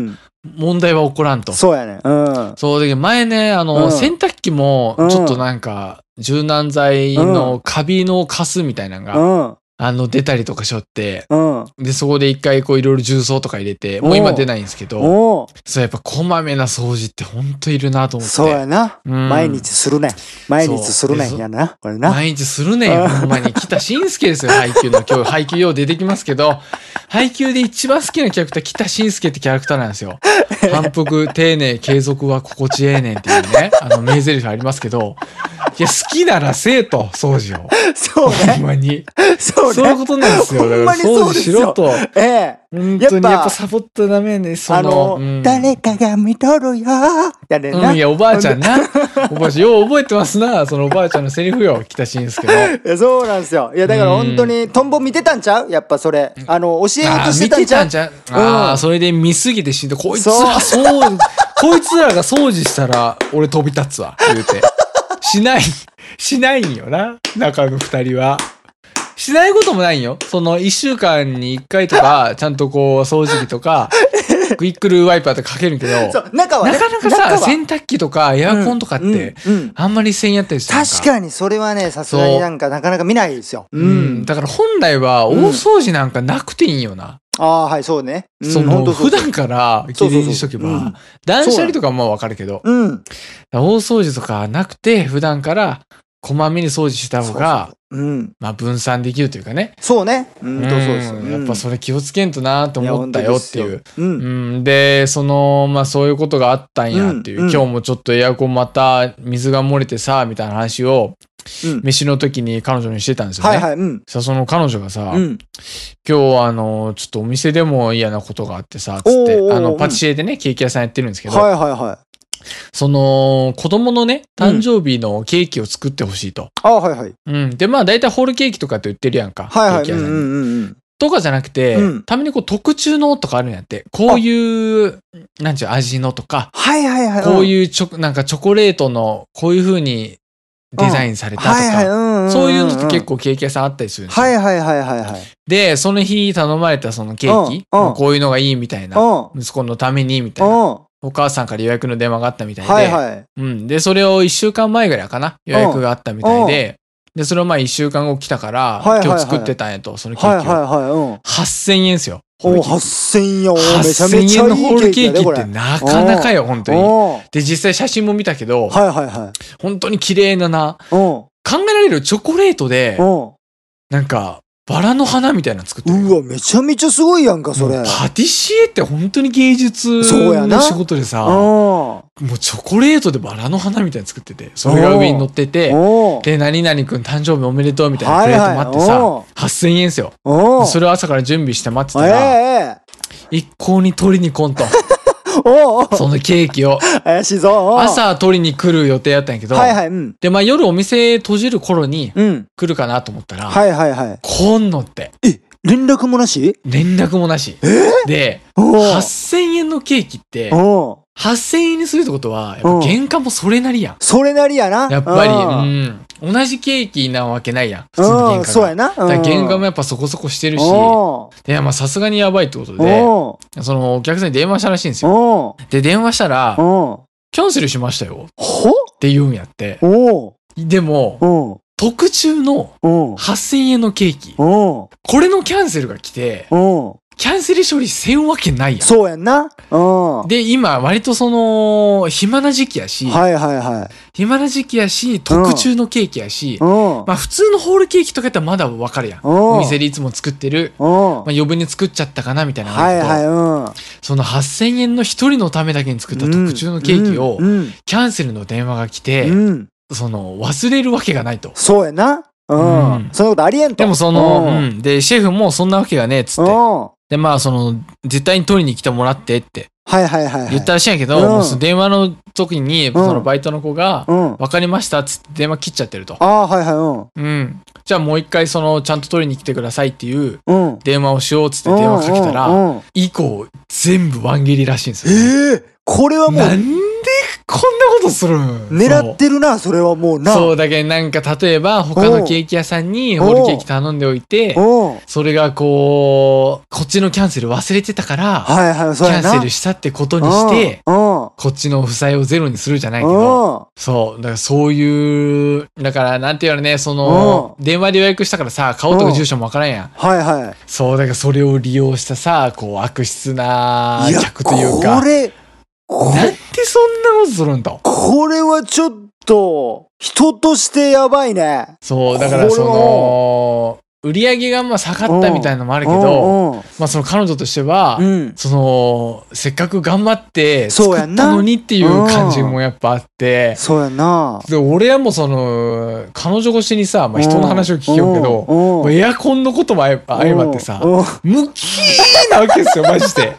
Speaker 2: 問題は起こらんと。
Speaker 1: そうやね。うんそうやね。
Speaker 2: そうで前ね、あの、
Speaker 1: うん
Speaker 2: 洗濯機も
Speaker 1: うん、
Speaker 2: ちょっとなんか、柔軟剤のカビのカスみたいなの
Speaker 1: う
Speaker 2: が、
Speaker 1: ん。
Speaker 2: あの、出たりとかしょって、
Speaker 1: うん。うん。
Speaker 2: で、そこで一回こういろいろ重曹とか入れて、もう今出ないんですけど、
Speaker 1: おお、
Speaker 2: そうやっぱこまめな掃除ってほんといるなと思って。
Speaker 1: そうやな。
Speaker 2: うん
Speaker 1: 毎日するね。毎日
Speaker 2: そう
Speaker 1: するね。
Speaker 2: で
Speaker 1: やな。これな。
Speaker 2: 毎日するね
Speaker 1: うん
Speaker 2: ん。ほんまに。北新介ですよ、配給の。 今日、配給よう出てきますけど、配給で一番好きなキャラクター、北新介ってキャラクターなんで すよ。反復、丁寧、継続は心地ええねんっていうね、あの、名台詞ありますけど、いや、好きならせえと、掃除を。
Speaker 1: そう
Speaker 2: ほん
Speaker 1: ね。
Speaker 2: まに。
Speaker 1: そうよね。
Speaker 2: そういうことなんですよ。
Speaker 1: ほんまに
Speaker 2: だから
Speaker 1: そうですよ
Speaker 2: 掃除しろと。
Speaker 1: ええ
Speaker 2: 本
Speaker 1: やっ
Speaker 2: 当に
Speaker 1: ぱ
Speaker 2: やっぱサボったらダメね。そ
Speaker 1: あの、
Speaker 2: うん
Speaker 1: 誰かが見とるよやねん
Speaker 2: う
Speaker 1: な。
Speaker 2: ん、い
Speaker 1: い
Speaker 2: や、おばあちゃんな。おばあちゃん、よう覚えてますな。そのおばあちゃんのセリフよ、北新介の。
Speaker 1: やそうなんですよ。いや、だから本当に、トンボ見てたんちゃうやっぱそれ。あの、教えよう
Speaker 2: あ
Speaker 1: と
Speaker 2: ー
Speaker 1: して
Speaker 2: 見
Speaker 1: たん
Speaker 2: て
Speaker 1: ちゃ
Speaker 2: た
Speaker 1: うん
Speaker 2: じゃん。あ
Speaker 1: う
Speaker 2: あ、
Speaker 1: ん
Speaker 2: それで見すぎて死んで、こいつ
Speaker 1: そう
Speaker 2: ら、そう、こいつらが掃除したら、俺飛び立つわ、言うて。しない、しないんよな、中の二人は。しないこともないんよ。その、一週間に一回とか、ちゃんとこう、掃除機とか、クイックルワイパーとかかけるけど、な
Speaker 1: そう、中はね。
Speaker 2: かなか
Speaker 1: 中
Speaker 2: さ、
Speaker 1: は
Speaker 2: 洗濯機とかエアコンとかって
Speaker 1: うんうんうん、
Speaker 2: あんまりせんやったりしてなん
Speaker 1: 確かにそれはね、さすがになんかなかなか見ないですよ。う
Speaker 2: うんん。。だから本来は、大掃除なんかなくていいんよな。
Speaker 1: ああ、はい、そうね。うん
Speaker 2: そ
Speaker 1: ほん
Speaker 2: の
Speaker 1: とそう
Speaker 2: 普段から綺麗にしとけ
Speaker 1: そ
Speaker 2: ば、
Speaker 1: うそうそううん
Speaker 2: 断捨離とかはまあわかるけど、
Speaker 1: うん。
Speaker 2: 大掃除とかなくて、普段からこまめに掃除した方が、
Speaker 1: うん。
Speaker 2: まあ分散できるというかね。
Speaker 1: そうね。うんと、そうです。
Speaker 2: うん
Speaker 1: うん
Speaker 2: やっぱそれ気をつけんとなと思ったよってい。
Speaker 1: や
Speaker 2: う。
Speaker 1: ほんとですよ
Speaker 2: うん、で、その、まあそういうことがあったんやっていう、
Speaker 1: うんうん
Speaker 2: 今日もちょっとエアコンまた水が漏れてさ、みたいな話を
Speaker 1: うん。うん。
Speaker 2: 飯の時に彼女にしてたんですよね。
Speaker 1: はいはい、うん。
Speaker 2: さその彼女がさ、
Speaker 1: うん。
Speaker 2: 今日あの、ちょっとお店でも嫌なことがあってさ、つって、
Speaker 1: おーおー
Speaker 2: あ
Speaker 1: う
Speaker 2: の、
Speaker 1: ん
Speaker 2: パティシエでね、ケーキ屋さんやってるんですけど、
Speaker 1: はいはいはい。
Speaker 2: その、子供のね、
Speaker 1: うん
Speaker 2: 誕生日のケーキを作ってほしいと。
Speaker 1: ああ、はいはい。
Speaker 2: うん。で、まあ、大体ホールケーキとかって売ってるやんか。
Speaker 1: はいはい。
Speaker 2: ケー
Speaker 1: うんう
Speaker 2: キ屋さんに
Speaker 1: んうんうん。
Speaker 2: とかじゃなくて、
Speaker 1: うん
Speaker 2: たまにこう、特注のとかあるんやって。こういう、なんちゅう、味のとか、
Speaker 1: はいはいはい。
Speaker 2: こう
Speaker 1: うん。
Speaker 2: いうチョコ、なんかチョコレートの、こういう風にデザインされたと
Speaker 1: はいはい。
Speaker 2: か、
Speaker 1: んんん
Speaker 2: そういうのって結。構ケーキ屋さんあったりするんですよ。
Speaker 1: はいはいはいはいはい。
Speaker 2: で、その日頼まれたそのケーキ、
Speaker 1: うんうん
Speaker 2: こういうのがいいみたいな、
Speaker 1: う
Speaker 2: 息子のためにみたい
Speaker 1: ん。
Speaker 2: な、
Speaker 1: うん。
Speaker 2: お母さんから予約の電話があったみたいで、
Speaker 1: はいはい。
Speaker 2: うん。で、それを一週間前ぐらいかな。予約があったみたいで。で、それをまあ一週間後来たか
Speaker 1: は
Speaker 2: ら、
Speaker 1: いはいはい
Speaker 2: 今日作ってたんやと、そのケ
Speaker 1: はい
Speaker 2: ー
Speaker 1: はい
Speaker 2: キを。
Speaker 1: はい。うん。
Speaker 2: 8000円ですよ。ホー
Speaker 1: お
Speaker 2: ルケーキ
Speaker 1: 8000円。おめちゃめちゃい
Speaker 2: 8000円
Speaker 1: い
Speaker 2: のホールケーキ
Speaker 1: だねこ
Speaker 2: っ
Speaker 1: れ
Speaker 2: てなかなかよ、本当に。
Speaker 1: おー
Speaker 2: で、実際写真も見たけど、
Speaker 1: はいはいはい。
Speaker 2: 本当に綺麗なな。
Speaker 1: う
Speaker 2: 考えられるチョコレートで、
Speaker 1: ん。うん。
Speaker 2: なんか、バラの花みたいなの作ってる。
Speaker 1: うわ、めちゃめちゃすごいやんか、それ。
Speaker 2: もうパティシエって本当に芸術
Speaker 1: そうやな
Speaker 2: の仕事でさ、も
Speaker 1: お
Speaker 2: うチョコレートでバラの花みたいなの作ってて、それが上に乗ってて、
Speaker 1: お
Speaker 2: で、何々くん誕生日おめでとうみたいなプレートもあって
Speaker 1: はい
Speaker 2: さ、
Speaker 1: はい
Speaker 2: 8000円ですよ。
Speaker 1: お
Speaker 2: それを朝から準備して待って
Speaker 1: ええ
Speaker 2: たら、
Speaker 1: ええ
Speaker 2: 一向に取り に来んと、
Speaker 1: おうおう
Speaker 2: そのケーキを。
Speaker 1: 怪しいぞ。おう
Speaker 2: 朝取りに来る予定やったんやけど、
Speaker 1: はいはい、うん。
Speaker 2: で、まあ夜お店閉じる頃に
Speaker 1: うん。
Speaker 2: 来るかなと思ったら、
Speaker 1: はいはいはい。
Speaker 2: 来んのって、
Speaker 1: え、連絡もなし
Speaker 2: 連絡もなし。で、
Speaker 1: おう
Speaker 2: 8000円のケーキって、
Speaker 1: おう
Speaker 2: 8000円にするってことは、やっぱ原価もそれなりやん。
Speaker 1: それなりやな。
Speaker 2: やっぱ
Speaker 1: う
Speaker 2: り、
Speaker 1: ん。
Speaker 2: うん、同じケーキなわけないやん。普通の
Speaker 1: う
Speaker 2: 原
Speaker 1: ん
Speaker 2: 価
Speaker 1: そう
Speaker 2: が。
Speaker 1: やな。
Speaker 2: だから原価も
Speaker 1: や
Speaker 2: やっぱそこそこしてるし、
Speaker 1: お
Speaker 2: で、まあさすがにやばいってこと
Speaker 1: う
Speaker 2: で、
Speaker 1: お
Speaker 2: そのお客さんに電話したらしいんです
Speaker 1: う
Speaker 2: よ。
Speaker 1: おう
Speaker 2: で、電話したら、
Speaker 1: おう
Speaker 2: キャンセルしましたよ
Speaker 1: ほ
Speaker 2: って言うんやって。
Speaker 1: おう
Speaker 2: でも、
Speaker 1: おう
Speaker 2: 特注の
Speaker 1: おう
Speaker 2: 8000円のケーキ、
Speaker 1: おう
Speaker 2: これのキャンセルが来て、
Speaker 1: おう
Speaker 2: キャンセル処理せんわけないやん。
Speaker 1: そうやんな。うん。はい
Speaker 2: で、今、割とその、暇な時期やし、
Speaker 1: はいはい。
Speaker 2: 暇な時期やし、特注のケーキやし、
Speaker 1: うん。
Speaker 2: まあ普通のホールケーキとかやったらまだわかるやん。
Speaker 1: お
Speaker 2: お店でいつも作ってる、
Speaker 1: うん。
Speaker 2: まあ余分に作っちゃったかなみたいなのあ
Speaker 1: は
Speaker 2: る
Speaker 1: い
Speaker 2: けど。
Speaker 1: はい、うん。
Speaker 2: その8000円の一人のためだけに作った特注のケーキを
Speaker 1: う、ん。
Speaker 2: キャンセルの電話が来て、
Speaker 1: うんうん
Speaker 2: その、忘れるわけがないと。
Speaker 1: そうやな。う
Speaker 2: うん
Speaker 1: ん。そんなことありえんと。
Speaker 2: でもその、
Speaker 1: う。
Speaker 2: うんん。で、シェフもそんなわけがねえっつ
Speaker 1: う
Speaker 2: っ
Speaker 1: ん
Speaker 2: て。
Speaker 1: は
Speaker 2: で、まあその、絶対に取りに来てもらってって
Speaker 1: いはいはいはい。
Speaker 2: 言ったらしいんやけど、
Speaker 1: うん
Speaker 2: もうその電話の時に、そのバイトの子が、
Speaker 1: うん。あ
Speaker 2: わかりましたっつって電話切っちゃってると。
Speaker 1: あー、はいは
Speaker 2: うん。じゃあもう一回その、ちゃんと取りに来てくださいっていう
Speaker 1: い、うん。うん。
Speaker 2: 電話をしようっつって電話かけた
Speaker 1: う
Speaker 2: ら、
Speaker 1: んうん
Speaker 2: 以降、全部ワン切りらしいんです
Speaker 1: え
Speaker 2: よね。
Speaker 1: えこれはもう
Speaker 2: なんでこんなことするん
Speaker 1: 狙ってるな、それはもうな。
Speaker 2: そうだけどなんか例えば他のケーキ屋さんにホールケーキ頼んでおいて
Speaker 1: うん。はい
Speaker 2: それがこうこっちのキャンセル忘れてたから
Speaker 1: はい、
Speaker 2: キ
Speaker 1: そう
Speaker 2: ャ
Speaker 1: や
Speaker 2: ン
Speaker 1: な。
Speaker 2: セルしたってことにして
Speaker 1: うん。うん。
Speaker 2: こっちの負債をゼロにするじゃないけど
Speaker 1: う
Speaker 2: そうだからそういうだからなんていうのねその電話で予約したからさ顔と
Speaker 1: う
Speaker 2: か
Speaker 1: ん
Speaker 2: 住所もわからんやん
Speaker 1: ん。はいはい。
Speaker 2: そうだからそれを利用したさこう悪質ない
Speaker 1: や、
Speaker 2: 客というか
Speaker 1: これ、こ
Speaker 2: なんでそんなことするんだ
Speaker 1: これはちょっと、人としてやばいね。
Speaker 2: そう、だから
Speaker 1: これ
Speaker 2: そ
Speaker 1: は
Speaker 2: の、売り上げがまあ下がったみたいなのもあるけど、まあその彼女としては
Speaker 3: うん、うん
Speaker 2: その、せっかく頑張って
Speaker 3: そう
Speaker 2: 作
Speaker 3: やん
Speaker 2: っ
Speaker 3: な
Speaker 2: たのにっていう感じもやっぱあって、
Speaker 3: そうやな
Speaker 2: で、俺はもうその、彼女越しにさ、まあ人の話を聞きようけど、もう
Speaker 3: ど
Speaker 2: エアコンのことも相相まってさ、
Speaker 3: う
Speaker 2: ムキーなわけですよ、マジで。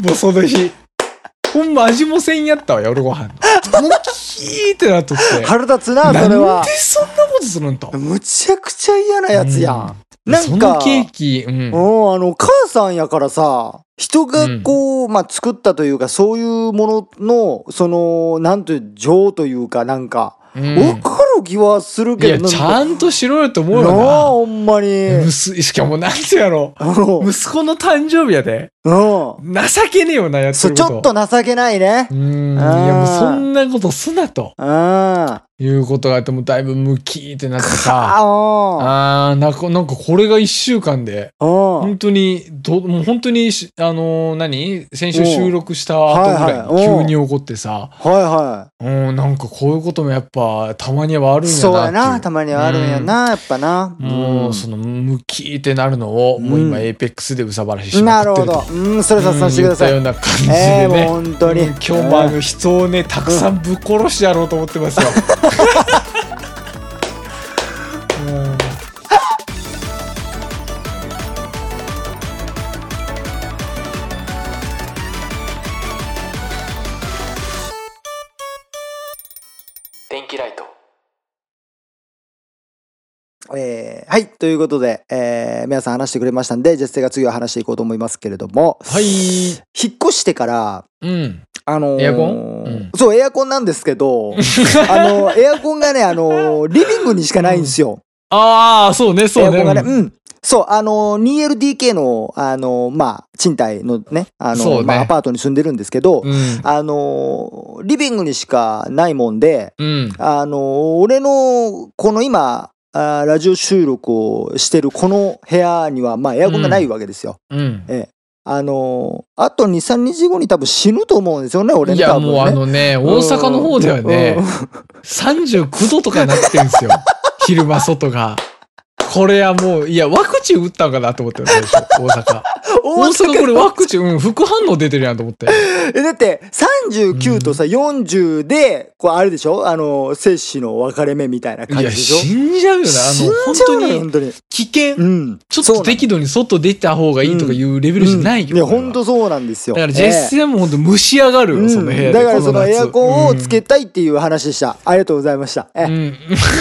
Speaker 2: もうその日。ほんま味もせんやったわ、夜ご飯 の。ムキーってなっとって。
Speaker 1: ん腹立つな
Speaker 2: な
Speaker 1: それ
Speaker 2: ん
Speaker 1: は
Speaker 2: でそんなことするんと。
Speaker 3: んむちゃくちゃ嫌なやつやん
Speaker 2: うん
Speaker 1: なんか
Speaker 2: そのケーキ、う
Speaker 1: う
Speaker 2: ん。
Speaker 1: んあの母さんやからさ人がこう、まあ、作ったというかそういうもののそのなんていう情というかなんか、
Speaker 2: うん
Speaker 1: 分かる気はする
Speaker 2: い
Speaker 1: け
Speaker 2: や、
Speaker 1: ど
Speaker 2: ち
Speaker 1: ん
Speaker 2: ゃんとしろよと思う
Speaker 1: なあ
Speaker 2: よ
Speaker 1: ほんまに
Speaker 2: な。むすしかも、なんてやろ
Speaker 1: あの
Speaker 2: う。息子の誕生日やで。
Speaker 1: うん
Speaker 2: 情けねえよな、やって
Speaker 1: そ
Speaker 2: る
Speaker 1: う
Speaker 2: こ
Speaker 1: ち
Speaker 2: と。
Speaker 1: ょっと情けないね
Speaker 2: うん。い
Speaker 1: あー
Speaker 2: や、もうそんなことすなと。
Speaker 1: うんあ
Speaker 2: いうことがあって、もうだいぶムキーってなってさ。
Speaker 1: あ
Speaker 2: あーなんか、なんかこれが一週間で、
Speaker 1: うんうん
Speaker 2: 本当に、ど、もう本当にし、あのー何先週収録した
Speaker 1: はい
Speaker 2: 後
Speaker 1: は
Speaker 2: ぐ
Speaker 1: い
Speaker 2: らいに急に怒ってさ、
Speaker 1: はいは
Speaker 2: うん、なんかこういうこともやっぱ、たまにはある
Speaker 1: い
Speaker 2: んやなっていう。
Speaker 1: そうやなたまにはあるんやなやっぱな
Speaker 2: もう、その、ムキーってなるのを、もう今、
Speaker 1: うん
Speaker 2: エイペックスでうさばらししま
Speaker 1: な
Speaker 2: く
Speaker 1: る
Speaker 2: って
Speaker 1: ほ
Speaker 2: る
Speaker 1: ど
Speaker 2: と。
Speaker 1: うんそれさ
Speaker 2: うん
Speaker 1: さしてください
Speaker 2: 言ったような感じで
Speaker 1: ええ
Speaker 2: ね。
Speaker 1: もう本当に
Speaker 2: うん今日もあの人をね、たくさんぶっ殺してやろうと思ってますよ。うん
Speaker 4: 電気ライト
Speaker 1: えーはいということで、えー皆さん話してくれましたんでジェステが次は話していこうと思いますけれども
Speaker 2: はい。
Speaker 1: 引っ越してから
Speaker 2: うん。
Speaker 1: あのー
Speaker 2: エアコンうん
Speaker 1: そうエアコンなんですけどあのエアコンがねあのーリビングにしかないんですよ、
Speaker 2: ああ、そうね、そ
Speaker 1: エ
Speaker 2: う
Speaker 1: ア
Speaker 2: ね。
Speaker 1: コンがねうんそうあのー 2LDK のあのーまあ賃貸のねあのー
Speaker 2: そうね
Speaker 1: まあ、アパートに住んでるんですけど、
Speaker 2: うん。
Speaker 1: あのーリビングにしかないもんで
Speaker 2: うん。
Speaker 1: あのー俺のこの今あーラジオ収録をしてるこの部屋にはまあエアコンがないわけですよ、
Speaker 2: うん。
Speaker 1: あのーあと23日後に多分死ぬと思うんですよね俺
Speaker 2: い
Speaker 1: ね
Speaker 2: や、
Speaker 1: 多分ね
Speaker 2: もうあのね、大阪の方ではね
Speaker 1: うん、
Speaker 2: 39度とかなってるんですよ。昼間外が。これはもう、いや、ワクチン打ったんかなと思ってる最初大 阪。大阪これワクチン、うん、副反応出てるやんと思って。
Speaker 1: えだって39とさ、40でこうあれでしょあの生死の分かれ目みたいない感じ
Speaker 2: や、
Speaker 1: でしょ
Speaker 2: 死んじゃうよな。あの、
Speaker 1: 死ん
Speaker 2: 本
Speaker 1: じゃう
Speaker 2: 当
Speaker 1: のよ
Speaker 2: に
Speaker 1: 本当に
Speaker 2: 危険。
Speaker 1: うん
Speaker 2: ちょっ
Speaker 1: そうな
Speaker 2: と
Speaker 1: の
Speaker 2: 適度に外出た方がいいとかいうレベルじゃないよ。
Speaker 1: いや
Speaker 2: これは
Speaker 1: 本当そうなんですよ
Speaker 2: だから、ジェスでも本当蒸し上がる
Speaker 1: う
Speaker 2: よ、
Speaker 1: ん
Speaker 2: その部屋で。
Speaker 1: だからそのエアコンをつ
Speaker 2: て
Speaker 1: けたいっていう話でした、ありがとうございましたえ、
Speaker 2: うん。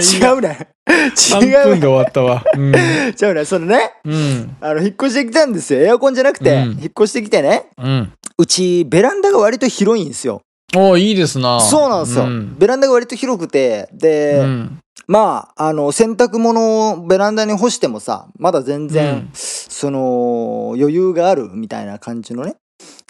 Speaker 1: 違
Speaker 2: 違う。
Speaker 1: うね
Speaker 2: 3
Speaker 1: 違うね
Speaker 2: 分で終わったわ。うん。
Speaker 1: 違うねそのね
Speaker 2: うん。
Speaker 1: あの引っ越してきたんですよエアコンじゃなくて、
Speaker 2: うん
Speaker 1: 引っ越してきてね
Speaker 2: うん。
Speaker 1: うちベランダが割と広いんですよ
Speaker 2: おーいいですな。
Speaker 1: そうなんですよ、
Speaker 2: うん。
Speaker 1: ベランダが割と広くてで、
Speaker 2: うん
Speaker 1: まあ、あの、洗濯物をベランダに干してもさ、まだ全然、
Speaker 2: うん
Speaker 1: その、余裕があるみたいな感じのね。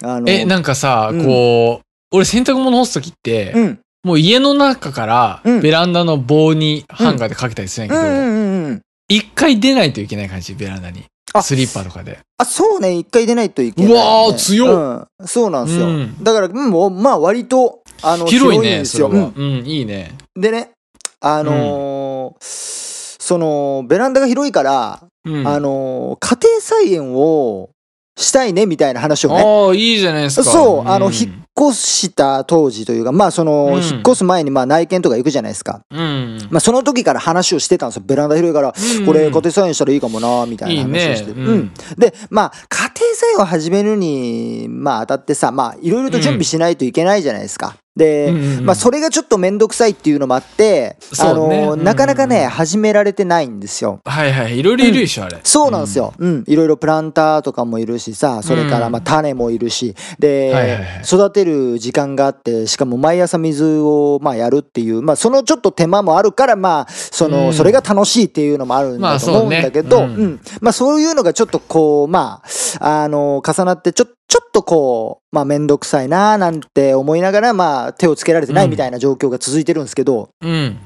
Speaker 1: あの、
Speaker 2: え、なんかさ、
Speaker 1: うん
Speaker 2: こう、俺洗濯物干すときって、
Speaker 1: うん。
Speaker 2: もう家の中から
Speaker 1: うん
Speaker 2: ベランダの棒にハンガーでかけたりするん
Speaker 1: う
Speaker 2: や
Speaker 1: んう
Speaker 2: けど、
Speaker 1: んうんうん。
Speaker 2: 一回出ないといけない感じ、ベランダに
Speaker 1: あ。
Speaker 2: スリッパとかで。
Speaker 1: あ、そうね、一回出ないといけない、ね。
Speaker 2: うわー強
Speaker 1: っ、うん、そうなんですよ。
Speaker 2: うん
Speaker 1: だから、うんもう、まあ、割と、あの、
Speaker 2: 広い
Speaker 1: ん
Speaker 2: ね、
Speaker 1: です
Speaker 2: それ
Speaker 1: よ。
Speaker 2: は。うん、いいね。
Speaker 1: うんでね、あのーその、ベランダが広いから、
Speaker 2: うん。
Speaker 1: あ
Speaker 2: あ
Speaker 1: のー家庭菜園をしたいね、みたいな話をね。
Speaker 2: あ、いいじゃないですか。
Speaker 1: そう、あの、
Speaker 2: ん
Speaker 1: 引っ越した当時というか、まあ、その、
Speaker 2: うん
Speaker 1: 引っ越す前に、まあ、内見とか行くじゃないですか。
Speaker 2: うん。
Speaker 1: まあ、その時から話をしてたんですよ。ベランダ広いから、
Speaker 2: うん
Speaker 1: これ、家庭菜園したらいいかもな、みたい
Speaker 2: い
Speaker 1: ない話を
Speaker 2: ね
Speaker 1: して。。
Speaker 2: う
Speaker 1: うん
Speaker 2: ん。
Speaker 1: で、まあ、家庭菜園を始めるに、まあ、当たってさ、まあ、いろいろと準備しないといけないじゃないですか。で、
Speaker 2: うん
Speaker 1: まあ、それがちょっと面倒くさいっていうのもあって、あ
Speaker 2: そうね
Speaker 1: の、
Speaker 2: うん
Speaker 1: なかなかね、始められてないんですよ。
Speaker 2: はいはい。いろいろいるでしょ、あれ。
Speaker 1: そうなんですよ。うん。いろいろプランターとかもいるしさ、それか
Speaker 2: う
Speaker 1: ら
Speaker 2: ん
Speaker 1: まあ種もいるし、
Speaker 2: はいはいは
Speaker 1: で
Speaker 2: い、
Speaker 1: 育てる時間があって、しかも毎朝水をまあやるっていう、まあそのちょっと手間もあるから、まあ、そうの、
Speaker 2: ん
Speaker 1: それが楽しいっていうのもあるん
Speaker 2: ま
Speaker 1: だ
Speaker 2: あ
Speaker 1: と思うんだけど、
Speaker 2: そううねうん
Speaker 1: ん。まあそういうのがちょっとこう、まあ、あの、重なって、ちょ、ちょっとこう、まあめんどくさいなーなんて思いながら、まあ手をつけられてないみたいな状況が続いてるんですけど、
Speaker 2: うん。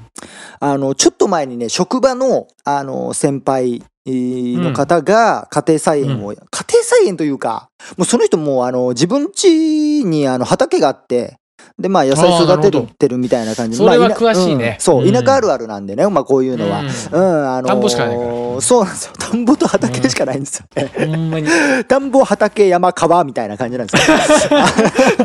Speaker 1: あの、ちょっと前にね、職場の、あの、先輩えーの方が家庭菜園を、家庭菜園というか、もうその人もう、あの、自分家に、あの、畑があって、でまあ野菜育ててるみたいな感じ
Speaker 2: あーなるほど
Speaker 1: まあ
Speaker 2: それは詳しいね
Speaker 1: うんそう
Speaker 2: うん
Speaker 1: 田舎あるあるなんでねまあこういうのは
Speaker 2: う
Speaker 1: う
Speaker 2: ん
Speaker 1: んあのー
Speaker 2: 田んぼしかないから
Speaker 1: そうなんですよ田んぼと畑しかないんですよね
Speaker 2: ほんまに
Speaker 1: 田んぼ畑山川みたいな感じなんですよ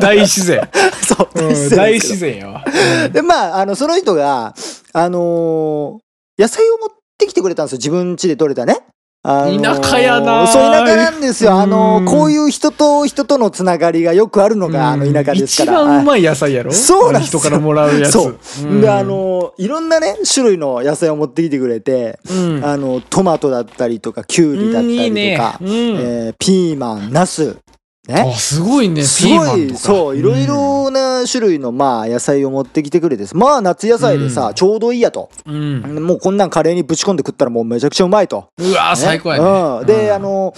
Speaker 2: 大自然、
Speaker 1: そう
Speaker 2: うん大自然やわ、
Speaker 1: でまああのその人があのー野菜を持ってきてくれたんですよ自分家で採れたね。あのー
Speaker 2: 田舎やなあ
Speaker 1: そう田舎なんですよ。あのー
Speaker 2: うん
Speaker 1: こういう人と人とのつながりがよくあるのがあの田舎ですから。
Speaker 2: 一番う
Speaker 1: は
Speaker 2: まい野菜やろ、
Speaker 1: そうなんですよ
Speaker 2: 人からもらうやつ
Speaker 1: そう、
Speaker 2: ん
Speaker 1: いであ、のーいろんなね種類の野菜を持ってきてくれて、
Speaker 2: うん
Speaker 1: あのトマトだったりとかきゅうりだった
Speaker 2: うんいい
Speaker 1: り
Speaker 2: ね
Speaker 1: とか、
Speaker 2: うん
Speaker 1: えーピーマンナスね
Speaker 2: あすごいね
Speaker 1: す
Speaker 2: ピーマ
Speaker 1: ご
Speaker 2: ンと
Speaker 1: い
Speaker 2: か
Speaker 1: そういろいろな種類のまあ野菜を持ってきてくれてまあ夏野菜でさ、
Speaker 2: うん
Speaker 1: ちょうどいいやと。
Speaker 2: うん、うん
Speaker 1: もうこんなんカレーにぶち込んで食ったらもうめちゃくちゃうまいと。
Speaker 2: うわー
Speaker 1: ね
Speaker 2: 最高やね、
Speaker 1: うん、で、
Speaker 2: うん
Speaker 1: あの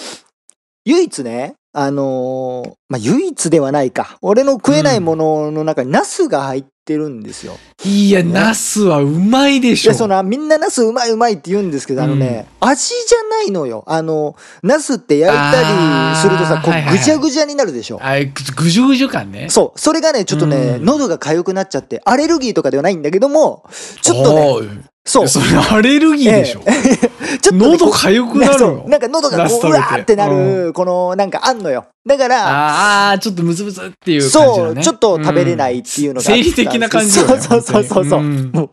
Speaker 1: 唯一ねあのーまあ唯一ではないか俺の食えないものの中にナスが入ってるんですよ。
Speaker 2: いや、ナスはうまいで
Speaker 1: い
Speaker 2: しょ。
Speaker 1: やそのみんなナスうまいうまいって言うんですけどあのね、味じゃないのよ。あのナスって焼いたりするとさ
Speaker 2: あー
Speaker 1: こ
Speaker 2: はいはいうはい
Speaker 1: ぐちゃぐちゃになるでしょ。
Speaker 2: あれ、ぐぐじゅぐじゅ感ね。
Speaker 1: そうそれがねちょっとね、
Speaker 2: うん
Speaker 1: 喉が痒くなっちゃってアレルギーとかではないんだけどもちょっとね
Speaker 2: おー
Speaker 1: そう
Speaker 2: それアレルギーでしょ。
Speaker 1: ちょっとね
Speaker 2: 喉かゆくなる
Speaker 1: そう
Speaker 2: の。
Speaker 1: なんか喉が
Speaker 2: ナ
Speaker 1: こ
Speaker 2: ス
Speaker 1: う、
Speaker 2: 食
Speaker 1: う
Speaker 2: べて
Speaker 1: わーってなる、この、なんかあんのよ。だから、
Speaker 2: ああ、ちょっとムズムズっていう感じ
Speaker 1: そ
Speaker 2: の
Speaker 1: う、
Speaker 2: ね。
Speaker 1: ちょっと食べれない
Speaker 2: うん
Speaker 1: っていうのがあった
Speaker 2: 生
Speaker 1: んで
Speaker 2: 理
Speaker 1: すけど。
Speaker 2: 的な感じよね。
Speaker 1: そうそうそうそう。
Speaker 2: 本当にん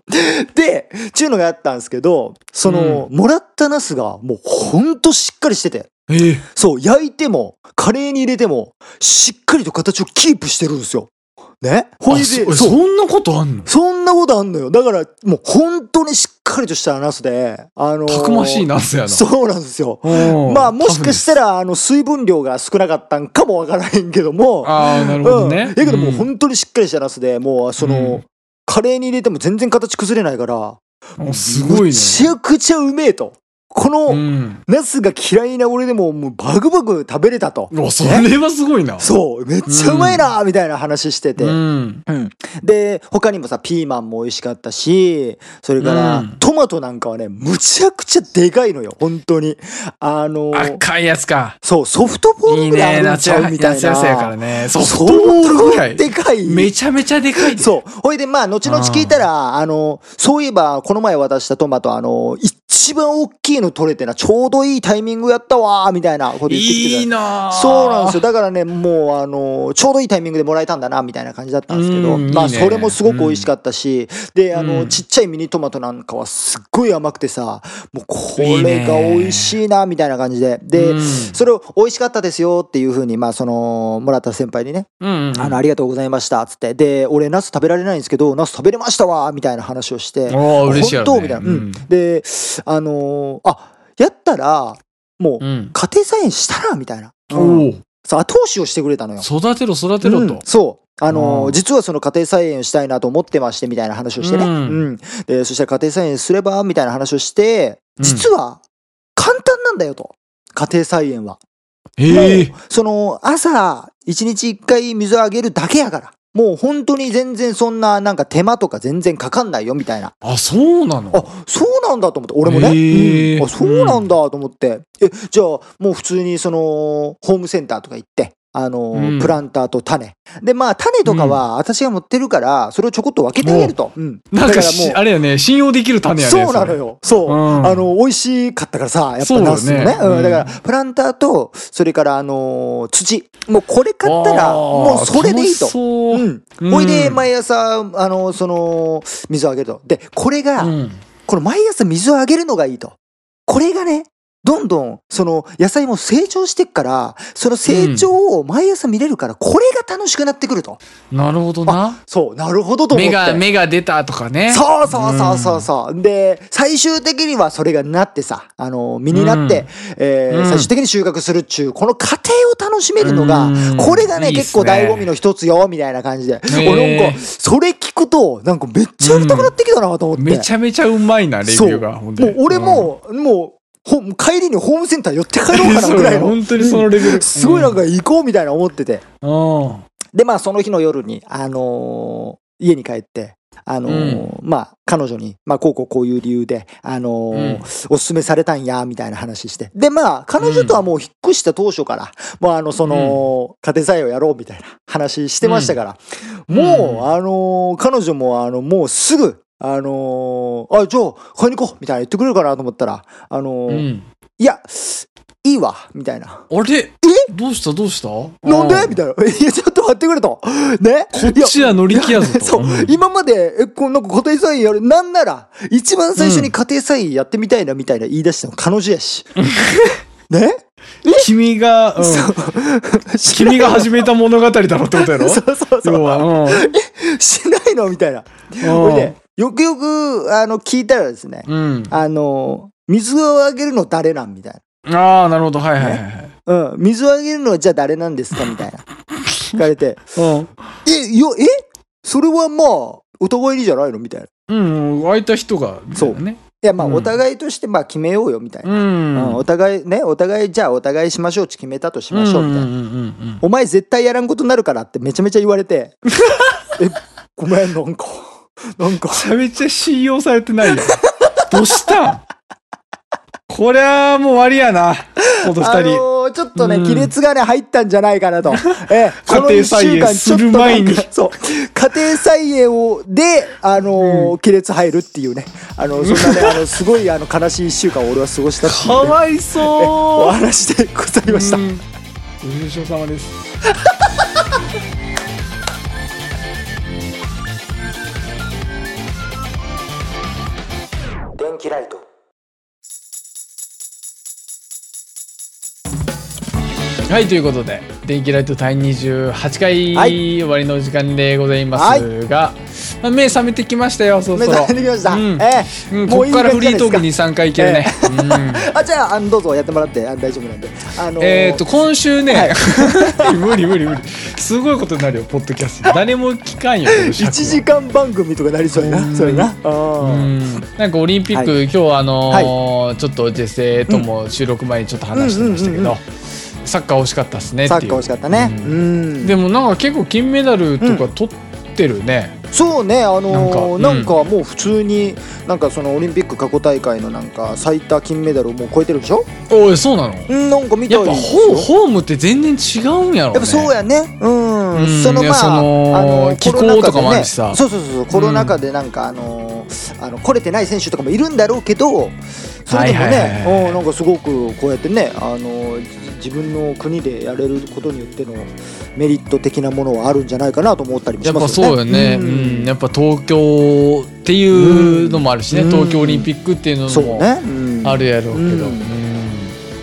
Speaker 1: で、ちゅうのがあったんですけど、その、もらったナスが、もうほんとしっかりしてて。
Speaker 2: えー
Speaker 1: そう、焼いても、カレーに入れても、しっかりと形をキープしてるんですよ。ねほい
Speaker 2: あ
Speaker 1: で、
Speaker 2: そ
Speaker 1: そう。
Speaker 2: そんなことあんの
Speaker 1: そんなことあんのよ。だから、もう本当にしっかりとしたナスで、あのー
Speaker 2: たくましいナスやな。
Speaker 1: そうなんですよ。
Speaker 2: うん
Speaker 1: まあもしかしたらあの水分量が少なかったんかもわからへんけども、
Speaker 2: ああー、なるほど
Speaker 1: うん、
Speaker 2: ね
Speaker 1: だ。けどもう
Speaker 2: うん
Speaker 1: 本当にしっかりしたナスでもうその、
Speaker 2: うん
Speaker 1: カレーに入れても全然形崩れないから
Speaker 2: おすごい
Speaker 1: め
Speaker 2: ね。
Speaker 1: ちゃくちゃうめえとこの
Speaker 2: うん。
Speaker 1: ナスが嫌いな俺でももうバクバク食べれたと、
Speaker 2: うわそれはすごいな。
Speaker 1: そうめっちゃうまいなみたいな話してて、
Speaker 2: うん。
Speaker 1: で他にもさピーマンも美味しかったしそれから、
Speaker 2: うん
Speaker 1: トマトなんかはねむちゃくちゃでかいのよ本当にあのー
Speaker 2: 赤いやつか。
Speaker 1: そう、ソフトボー
Speaker 2: い
Speaker 1: ル
Speaker 2: い
Speaker 1: ぐらいあ
Speaker 2: ね、
Speaker 1: るん
Speaker 2: 夏
Speaker 1: ちゃう
Speaker 2: や
Speaker 1: みたいな。
Speaker 2: 夏野菜やからね。ソフ
Speaker 1: 相
Speaker 2: トボールぐら
Speaker 1: 当
Speaker 2: い。
Speaker 1: でかい。
Speaker 2: めちゃめちゃでかいで。
Speaker 1: そう。ほいで、まあ、後々聞いたら、あの、そういえば、この前渡したトマト、あの、一番大きいの取れてな、ちょうどいいタイミングやったわー、みたいなこと言ってきてた。
Speaker 2: いいなあ
Speaker 1: そうなんですよ。だからね、もう、あの、ちょうどいいタイミングでもらえたんだな、みたいな感じだったんですけど、
Speaker 2: うん
Speaker 1: ま
Speaker 2: い
Speaker 1: あ、
Speaker 2: いね
Speaker 1: それもすごく美味しかったし、で、あ
Speaker 2: う
Speaker 1: の、
Speaker 2: ん
Speaker 1: ちっちゃいミニトマトなんかはすっごい甘くてさ、もう、こ
Speaker 2: いい
Speaker 1: れ
Speaker 2: ね
Speaker 1: が美味しいな、みたいな感じで。で、
Speaker 2: うん
Speaker 1: それを美味しかったですよっていうふうに、まあ、その、もらった先輩にね、
Speaker 2: うんうん
Speaker 1: あの、ありがとうございました、つって。で、俺、ナス食べられないんですけど、ナス食べれましたわ、みたいな話をして。
Speaker 2: おー嬉しいやろ、
Speaker 1: 本当
Speaker 2: ね。
Speaker 1: みたいな。うん。で、あのーあ、やったら、もう、
Speaker 2: うん。
Speaker 1: 家庭菜園したら、みたいな。
Speaker 2: おー
Speaker 1: そう後押しをしてくれたのよ。
Speaker 2: 育てろ、育てろ
Speaker 1: うん
Speaker 2: と。
Speaker 1: そう。あのー
Speaker 2: うん
Speaker 1: 実はその家庭菜園したいなと思ってましてみたいな話をしてね、う
Speaker 2: うんん
Speaker 1: でそしたら家庭菜園すればみたいな話をして
Speaker 2: うん
Speaker 1: 実は簡単なんだよと家庭菜園は、
Speaker 2: へえ
Speaker 1: もうその朝1日1回水をあげるだけやからもう本当に全然そんななんか手間とか全然かかんないよみたいな
Speaker 2: あ、そうなの
Speaker 1: あそうなんだと思って俺もね、
Speaker 2: へー
Speaker 1: うんあそうなんだと思って、えじゃあもう普通にそのホームセンターとか行って。あの
Speaker 2: うん
Speaker 1: プランターと種でまあ種とかは私が持ってるからそれをちょこっと分けてあげると、うん
Speaker 2: なん
Speaker 1: だから
Speaker 2: かし、
Speaker 1: も
Speaker 2: あれやね、信用できる
Speaker 1: う
Speaker 2: 種やね。
Speaker 1: そうな
Speaker 2: れ
Speaker 1: の。よそう、
Speaker 2: うん
Speaker 1: あの美味しかったからさやっ
Speaker 2: そ
Speaker 1: ぱ
Speaker 2: うだ
Speaker 1: ナ
Speaker 2: よね
Speaker 1: スのねうん
Speaker 2: うん
Speaker 1: だからプランターとそれからあの土もうこれ買ったら
Speaker 2: あー
Speaker 1: もうそれでいいと
Speaker 2: 楽しそう。
Speaker 1: うんほいで
Speaker 2: うん
Speaker 1: 毎朝あのその水をあげるとでこれが、
Speaker 2: うん
Speaker 1: この毎朝水をあげるのがいいと。これがね、どんどん、その野菜も成長してっから、その成長を毎朝見れるから、これが楽しくなってくると。
Speaker 2: なるほどな。
Speaker 1: そう、なるほどと思って。
Speaker 2: 芽が、芽が出たとかね。
Speaker 1: そうそうそうそうそう、で、最終的にはそれがなってさ、あの、実になって、
Speaker 2: うん
Speaker 1: えー
Speaker 2: うん
Speaker 1: 最終的に収穫するっちゅう、この過程を楽しめるのが、
Speaker 2: うん
Speaker 1: これがね
Speaker 2: いいっ
Speaker 1: 結
Speaker 2: す
Speaker 1: 構
Speaker 2: ね
Speaker 1: 醍醐味の一つよ、みたいな感じで。
Speaker 2: ー
Speaker 1: 俺なんか、それ聞くと、なんかめっちゃやりたくなってきたなと思って。
Speaker 2: めちゃめちゃうまいな、レビューが。ほん
Speaker 1: も
Speaker 2: で
Speaker 1: う俺、も、もうほん帰りにホームセンター寄って帰ろうかなぐらいの
Speaker 2: 本当に そのレベル。
Speaker 1: すごいなんか行こうみたいな思ってて
Speaker 2: うん。
Speaker 1: でまあその日の夜にあのー家に帰ってあのーまあ、彼女に、まあ、こうこうこういう理由で、あのー
Speaker 2: うん
Speaker 1: おすすめされたんや、みたいな話して。で、まあ、彼女とはもう引っ越した当初から、もうあの、その、家庭採用やろうみたいな話してましたから、
Speaker 2: うん
Speaker 1: もう、あのー彼女も、あの、もうすぐ、あのーあ、じゃあ、買いに行こうみたいな言ってくれるかなと思ったら、あの
Speaker 2: う
Speaker 1: ー
Speaker 2: ん。
Speaker 1: いや、いいわ、みたいな。
Speaker 2: あれどうしたどうした
Speaker 1: なんで
Speaker 2: あー
Speaker 1: みたいな。いや、ちょっと待ってくれと。ね
Speaker 2: こっちは乗り気やぞ と。
Speaker 1: そう、
Speaker 2: ん
Speaker 1: 今まで、え、こうなんか家庭菜園やる、なんなら、一番最初に家庭菜園やってみたいなみたいな言い出したの彼女や し。ね
Speaker 2: 君が、うん君が始めた物語だろってこ とやろ
Speaker 1: そうそうそう。
Speaker 2: 要は、
Speaker 1: しないのみたいな。
Speaker 2: うん
Speaker 1: これね、よくよく、あの、聞いたらですね、
Speaker 2: うん。
Speaker 1: あの、水をあげるの誰なんみたいな。
Speaker 2: ああ、なるほど。はいはいはいはい。
Speaker 1: うん、水をあげるのはじゃあ誰なんですかみたいな。聞かれて、
Speaker 2: うん
Speaker 1: え、よ、えそれはまあ、お互いにじゃないのみたいな。い
Speaker 2: うん、空いた人が、みたいなね。
Speaker 1: や、まあ、
Speaker 2: うん
Speaker 1: お互いとして、まあ、決めようよ、みたいな。
Speaker 2: うん。
Speaker 1: うん、お互いねお互いじゃあお互いしましょうって決めたとしましょうみたいな、
Speaker 2: うんうんうんうん
Speaker 1: お前絶対やらんことになるからってめちゃめちゃ言われ てえごめんなんかなんか
Speaker 2: めちゃめちゃ信用されてないよ。 どうしたんこりゃもう終わりやな。この
Speaker 1: あ
Speaker 2: 二
Speaker 1: の
Speaker 2: 人。
Speaker 1: ーちょっとね、
Speaker 2: うん
Speaker 1: 亀裂がね、入ったんじゃないかなと。ええ、この
Speaker 2: 家庭
Speaker 1: 一
Speaker 2: 菜
Speaker 1: 週
Speaker 2: 園
Speaker 1: 間、ちょっとな
Speaker 2: する前
Speaker 1: ん
Speaker 2: に
Speaker 1: か、そう、家庭菜園を、で、あのー亀裂入るっていうね、あの、そんなね、あの、すごい、あの、悲しい一週間を俺は過ごしたっていう
Speaker 2: か
Speaker 1: ね、
Speaker 2: わい
Speaker 1: お
Speaker 2: そう。
Speaker 1: 話でございました。
Speaker 2: うんご愁傷様です。
Speaker 4: 電気ライト
Speaker 2: はい、ということで、電気ライト第28回、
Speaker 1: はい
Speaker 2: 終わりのお時間でございますが、まあ目覚めてきましたよ、そろ
Speaker 1: 目
Speaker 2: そろ
Speaker 1: 覚。めてきました。
Speaker 2: うん
Speaker 1: ええ
Speaker 2: うん、ここからフリートークに
Speaker 1: いい感じじ
Speaker 2: 3回いけるね。
Speaker 1: ゃないですかあ、じゃあ、あのどうぞやってもらって、あの大丈夫なんで。あの
Speaker 2: う
Speaker 1: ー
Speaker 2: んえっと、今週ね、 無理無理無理。すごいことになるよ、ポッドキャスト。誰も聞かんよ、この尺は
Speaker 1: 1時間番組とかなりそうや
Speaker 2: ほんま
Speaker 1: な
Speaker 2: に
Speaker 1: それな
Speaker 2: うんなんかオリンピック、今日あのーちょっとジェセとも収録前にちょっと話してましたけど、
Speaker 1: うんうんうんうん
Speaker 2: サッカー惜しかったですねっ
Speaker 1: サ
Speaker 2: ていう
Speaker 1: ッカー惜しかったね
Speaker 2: う
Speaker 1: うんん
Speaker 2: でもなんか結構金メダルとか取ってるね、
Speaker 1: そうねあのー
Speaker 2: な
Speaker 1: なん
Speaker 2: かうん
Speaker 1: んかもう普通になんかそのオリンピック過去大会のなんか最多金メダルをもう超えてるでしょ
Speaker 2: おいそうなのやっ
Speaker 1: うんなんか見たい
Speaker 2: ぱ
Speaker 1: です
Speaker 2: ホ
Speaker 1: よ
Speaker 2: ーホームって全然違うんやろね
Speaker 1: やっぱそうやねうん、
Speaker 2: うん
Speaker 1: その
Speaker 2: いや
Speaker 1: ま
Speaker 2: そ
Speaker 1: あ
Speaker 2: の
Speaker 1: あの
Speaker 2: 気候
Speaker 1: コロナ禍で
Speaker 2: とかもあるしさ
Speaker 1: ね、そうそうそうそうコロナ禍でなんかあのーあの来れてない選手とかもいるんだろうけどそれでも
Speaker 2: はいはい
Speaker 1: ね
Speaker 2: はいはい
Speaker 1: うんなんかすごくこうやってねあのーじ自分の国でやれることによってのメリット的なものはあるんじゃないかなと思ったりも
Speaker 2: や
Speaker 1: し
Speaker 2: っぱ
Speaker 1: ます
Speaker 2: そ
Speaker 1: よね。
Speaker 2: うよね、うん
Speaker 1: うん
Speaker 2: やっぱ東京っていうのもあるしね、
Speaker 1: うん
Speaker 2: 東京オリンピックっていう
Speaker 1: そ
Speaker 2: の
Speaker 1: う
Speaker 2: も
Speaker 1: ね、うん
Speaker 2: あるやろう
Speaker 1: う
Speaker 2: けど、
Speaker 1: ん
Speaker 2: うん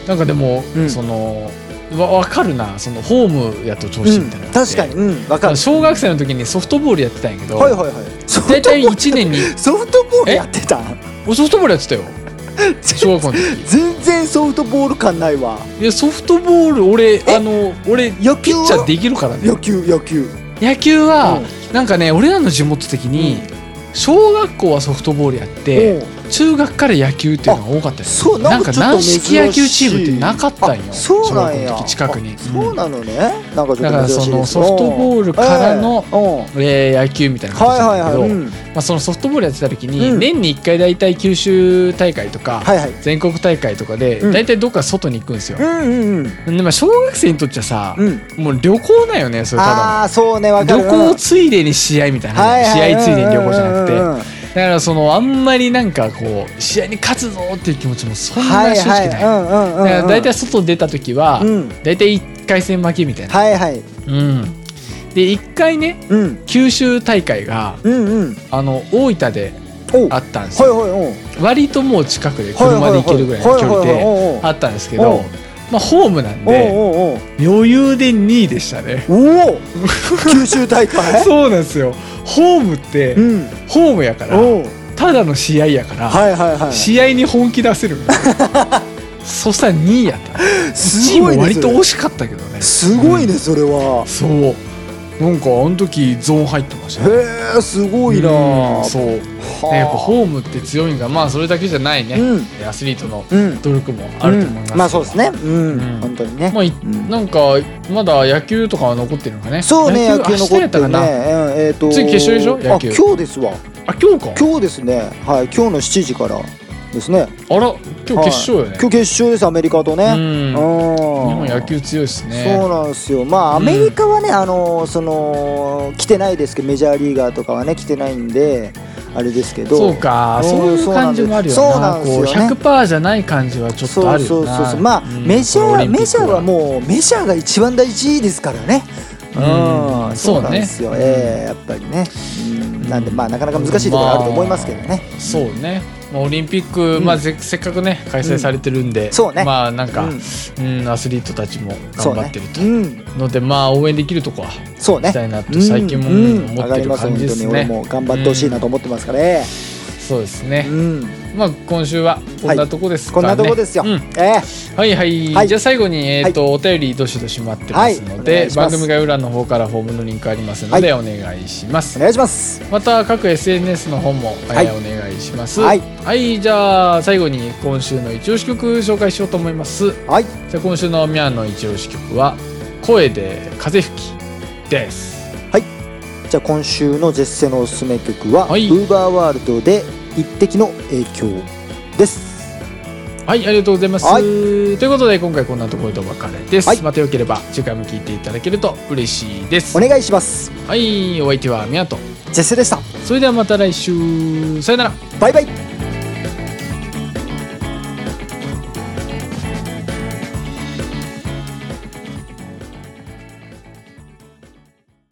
Speaker 2: なんかでも、
Speaker 1: うん
Speaker 2: そのわ分かるなそのホームやと調
Speaker 1: う
Speaker 2: 子
Speaker 1: ん
Speaker 2: みたいなのがあって、
Speaker 1: 確かに、うん、わかる。
Speaker 2: 小学生の時にソフトボールやってたんやけど、
Speaker 1: はいはいはい。ソフ
Speaker 2: 大
Speaker 1: ト
Speaker 2: 体
Speaker 1: ボール
Speaker 2: 1年に
Speaker 1: ソフトボールやってた。
Speaker 2: 俺ソフトボールやってたよ小学校の時
Speaker 1: 全然ソフトボール感ないわ。
Speaker 2: いやソフトボール俺あの俺ピ
Speaker 1: 野球
Speaker 2: ッチャー
Speaker 1: は
Speaker 2: できるからね
Speaker 1: 野球野球。
Speaker 2: 野球は、
Speaker 1: うん
Speaker 2: なんかね俺らの地元的に、小学校はソフトボールやって、
Speaker 1: うん
Speaker 2: 中学から野球っていうのが多かったよ
Speaker 1: そう
Speaker 2: な
Speaker 1: なんんか
Speaker 2: か
Speaker 1: ちょっと珍
Speaker 2: 軟
Speaker 1: し
Speaker 2: 式
Speaker 1: い
Speaker 2: 野球チームってなかったんよ
Speaker 1: あそうなん
Speaker 2: 小学校
Speaker 1: や
Speaker 2: の時近くに
Speaker 1: あそうなのねなんかちょっと
Speaker 2: だから
Speaker 1: 珍しい
Speaker 2: その
Speaker 1: です
Speaker 2: ソフトボールからの、
Speaker 1: うんうん
Speaker 2: えー野球みたいな感
Speaker 1: は
Speaker 2: じ
Speaker 1: い
Speaker 2: だ
Speaker 1: はい
Speaker 2: っ
Speaker 1: は
Speaker 2: たけ
Speaker 1: い
Speaker 2: ど、
Speaker 1: うん
Speaker 2: まあ、そのソフトボールやってた時に、
Speaker 1: うん
Speaker 2: 年に1回大体九州大会とか、
Speaker 1: はいはい
Speaker 2: 全国大会とかで
Speaker 1: うん
Speaker 2: 大体どっか外に行くんですよ
Speaker 1: う、んうん
Speaker 2: でまあ小学生にとっちゃさ、
Speaker 1: うんうん
Speaker 2: もう旅行だよねそれた
Speaker 1: ああそうねわ
Speaker 2: だ
Speaker 1: か
Speaker 2: の
Speaker 1: る
Speaker 2: 旅行ついでに試合みたいな、
Speaker 1: はいは
Speaker 2: 試合ついでに旅行じゃなくて、
Speaker 1: うんうんうん
Speaker 2: だからそのあんまりなんかこう試合に勝つぞっていう気持ちもそん
Speaker 1: は
Speaker 2: ない正
Speaker 1: は
Speaker 2: 直ないい、
Speaker 1: うんうんうん
Speaker 2: だから大体外出た時は、
Speaker 1: うん
Speaker 2: 大体1回戦負けみたいな、
Speaker 1: はいはい
Speaker 2: うんで1回ね
Speaker 1: うん
Speaker 2: 九州大会が
Speaker 1: うんうん
Speaker 2: あの大分で
Speaker 1: お
Speaker 2: あったんです
Speaker 1: はい
Speaker 2: よ
Speaker 1: はいうん
Speaker 2: 割ともう近くで車で行けるぐらいの距離
Speaker 1: はいはいはい
Speaker 2: で
Speaker 1: はいはいはい
Speaker 2: あったんですけ
Speaker 1: お
Speaker 2: ど
Speaker 1: う
Speaker 2: まあホームなん
Speaker 1: おう
Speaker 2: で
Speaker 1: おうおう
Speaker 2: 余裕で2位でしたね
Speaker 1: おお九州大会
Speaker 2: そうなんですよホームって
Speaker 1: うん
Speaker 2: ホームやから
Speaker 1: おう
Speaker 2: ただの試合やから、
Speaker 1: はいはいはい
Speaker 2: 試合に本気出せる そしたら2位やったチ
Speaker 1: す
Speaker 2: ー
Speaker 1: ごいね
Speaker 2: ム割と
Speaker 1: それ
Speaker 2: 惜しかったけどね
Speaker 1: すごいねそれは
Speaker 2: そうなんかあの時ゾーン入ってましたね
Speaker 1: へえすごいな
Speaker 2: うんそうねやっぱホームって強いんがまあそれだけじゃないね、
Speaker 1: うん
Speaker 2: アスリートの
Speaker 1: うん
Speaker 2: 努力もあると思います、
Speaker 1: うんまあそうですねうん、
Speaker 2: うん
Speaker 1: 本当にね、
Speaker 2: まあい
Speaker 1: うん
Speaker 2: なんかまだ野球とかは残ってるのかね
Speaker 1: そうね野球
Speaker 2: 明日
Speaker 1: 残
Speaker 2: や
Speaker 1: ったて
Speaker 2: か
Speaker 1: るね、
Speaker 2: な
Speaker 1: うんえー、と
Speaker 2: 次決勝でしょ野球
Speaker 1: あ今日ですわ
Speaker 2: あ今日か
Speaker 1: 今日ですねはい今日の7時からですね
Speaker 2: あら今日決勝よね、
Speaker 1: 今日決勝ですアメリカとね
Speaker 2: う
Speaker 1: う
Speaker 2: ん
Speaker 1: ん
Speaker 2: 日本野球強いですね
Speaker 1: そうなんですよまあアメリカはね、あのその来てないですけどメジャーリーガーとかはね来てないんであれですけど
Speaker 2: そうか
Speaker 1: うん
Speaker 2: そういう感じもあるよな
Speaker 1: そうなんですよね
Speaker 2: こう100%じゃない感じはちょっとある
Speaker 1: そ
Speaker 2: よ
Speaker 1: う
Speaker 2: な
Speaker 1: そうそうそうまあ、
Speaker 2: うん
Speaker 1: メジャ
Speaker 2: このオリ
Speaker 1: ー
Speaker 2: ンピック
Speaker 1: メジャーはもうメジャーが一番大事ですからね
Speaker 2: うん
Speaker 1: そうなんですよ、
Speaker 2: そうね
Speaker 1: ええやっぱりね、うんなんでまあなかなか難しいところあると思いますけどね、
Speaker 2: そうねまあオリンピック、
Speaker 1: うん
Speaker 2: まあ、ぜせっかくね開催されてるんで、
Speaker 1: んそうね
Speaker 2: まあなんか、
Speaker 1: う
Speaker 2: うんんアスリートたちも
Speaker 1: そ
Speaker 2: 頑
Speaker 1: う
Speaker 2: 張
Speaker 1: ね
Speaker 2: ってると、
Speaker 1: うん
Speaker 2: のでまあ応援できるとこは
Speaker 1: そうね
Speaker 2: したいなと最近も
Speaker 1: うん
Speaker 2: 思
Speaker 1: 上
Speaker 2: ってる感じです
Speaker 1: がります本当に俺
Speaker 2: ね、
Speaker 1: も頑張ってほしいなと思ってますからね
Speaker 2: そうです
Speaker 1: う
Speaker 2: ね、
Speaker 1: ん、
Speaker 2: まあ今週はこんなとこですか
Speaker 1: こん
Speaker 2: ね、
Speaker 1: なとこですよ、
Speaker 2: うん
Speaker 1: ええ
Speaker 2: はいはい、
Speaker 1: はい
Speaker 2: じゃあ最後に、えーとお便りどしどし待ってますので、
Speaker 1: はいお願いしま
Speaker 2: 番
Speaker 1: す
Speaker 2: 組概要欄の方からフォームのリンクありますので、お願いします
Speaker 1: お願いします
Speaker 2: また各 SNS の方も、えー
Speaker 1: はい
Speaker 2: お願いします
Speaker 1: はい
Speaker 2: はいじゃあ最後に今週の一押し曲紹介しようと思います
Speaker 1: はい
Speaker 2: じゃあ今週のミャンの一押し曲は「声で風吹き」です
Speaker 1: じゃあ今週のジェッセのおすすめ曲は、
Speaker 2: はい
Speaker 1: ウーバーワールドで一滴の影響です
Speaker 2: はいありがとうございます、
Speaker 1: はい
Speaker 2: ということで今回こんなところでお別れです、
Speaker 1: はい
Speaker 2: またよければ次回も聞いていただけると嬉しいです
Speaker 1: お願いします
Speaker 2: はいお相手はミャンと
Speaker 1: ジェッセでした
Speaker 2: それではまた来週さよなら
Speaker 1: バイバイ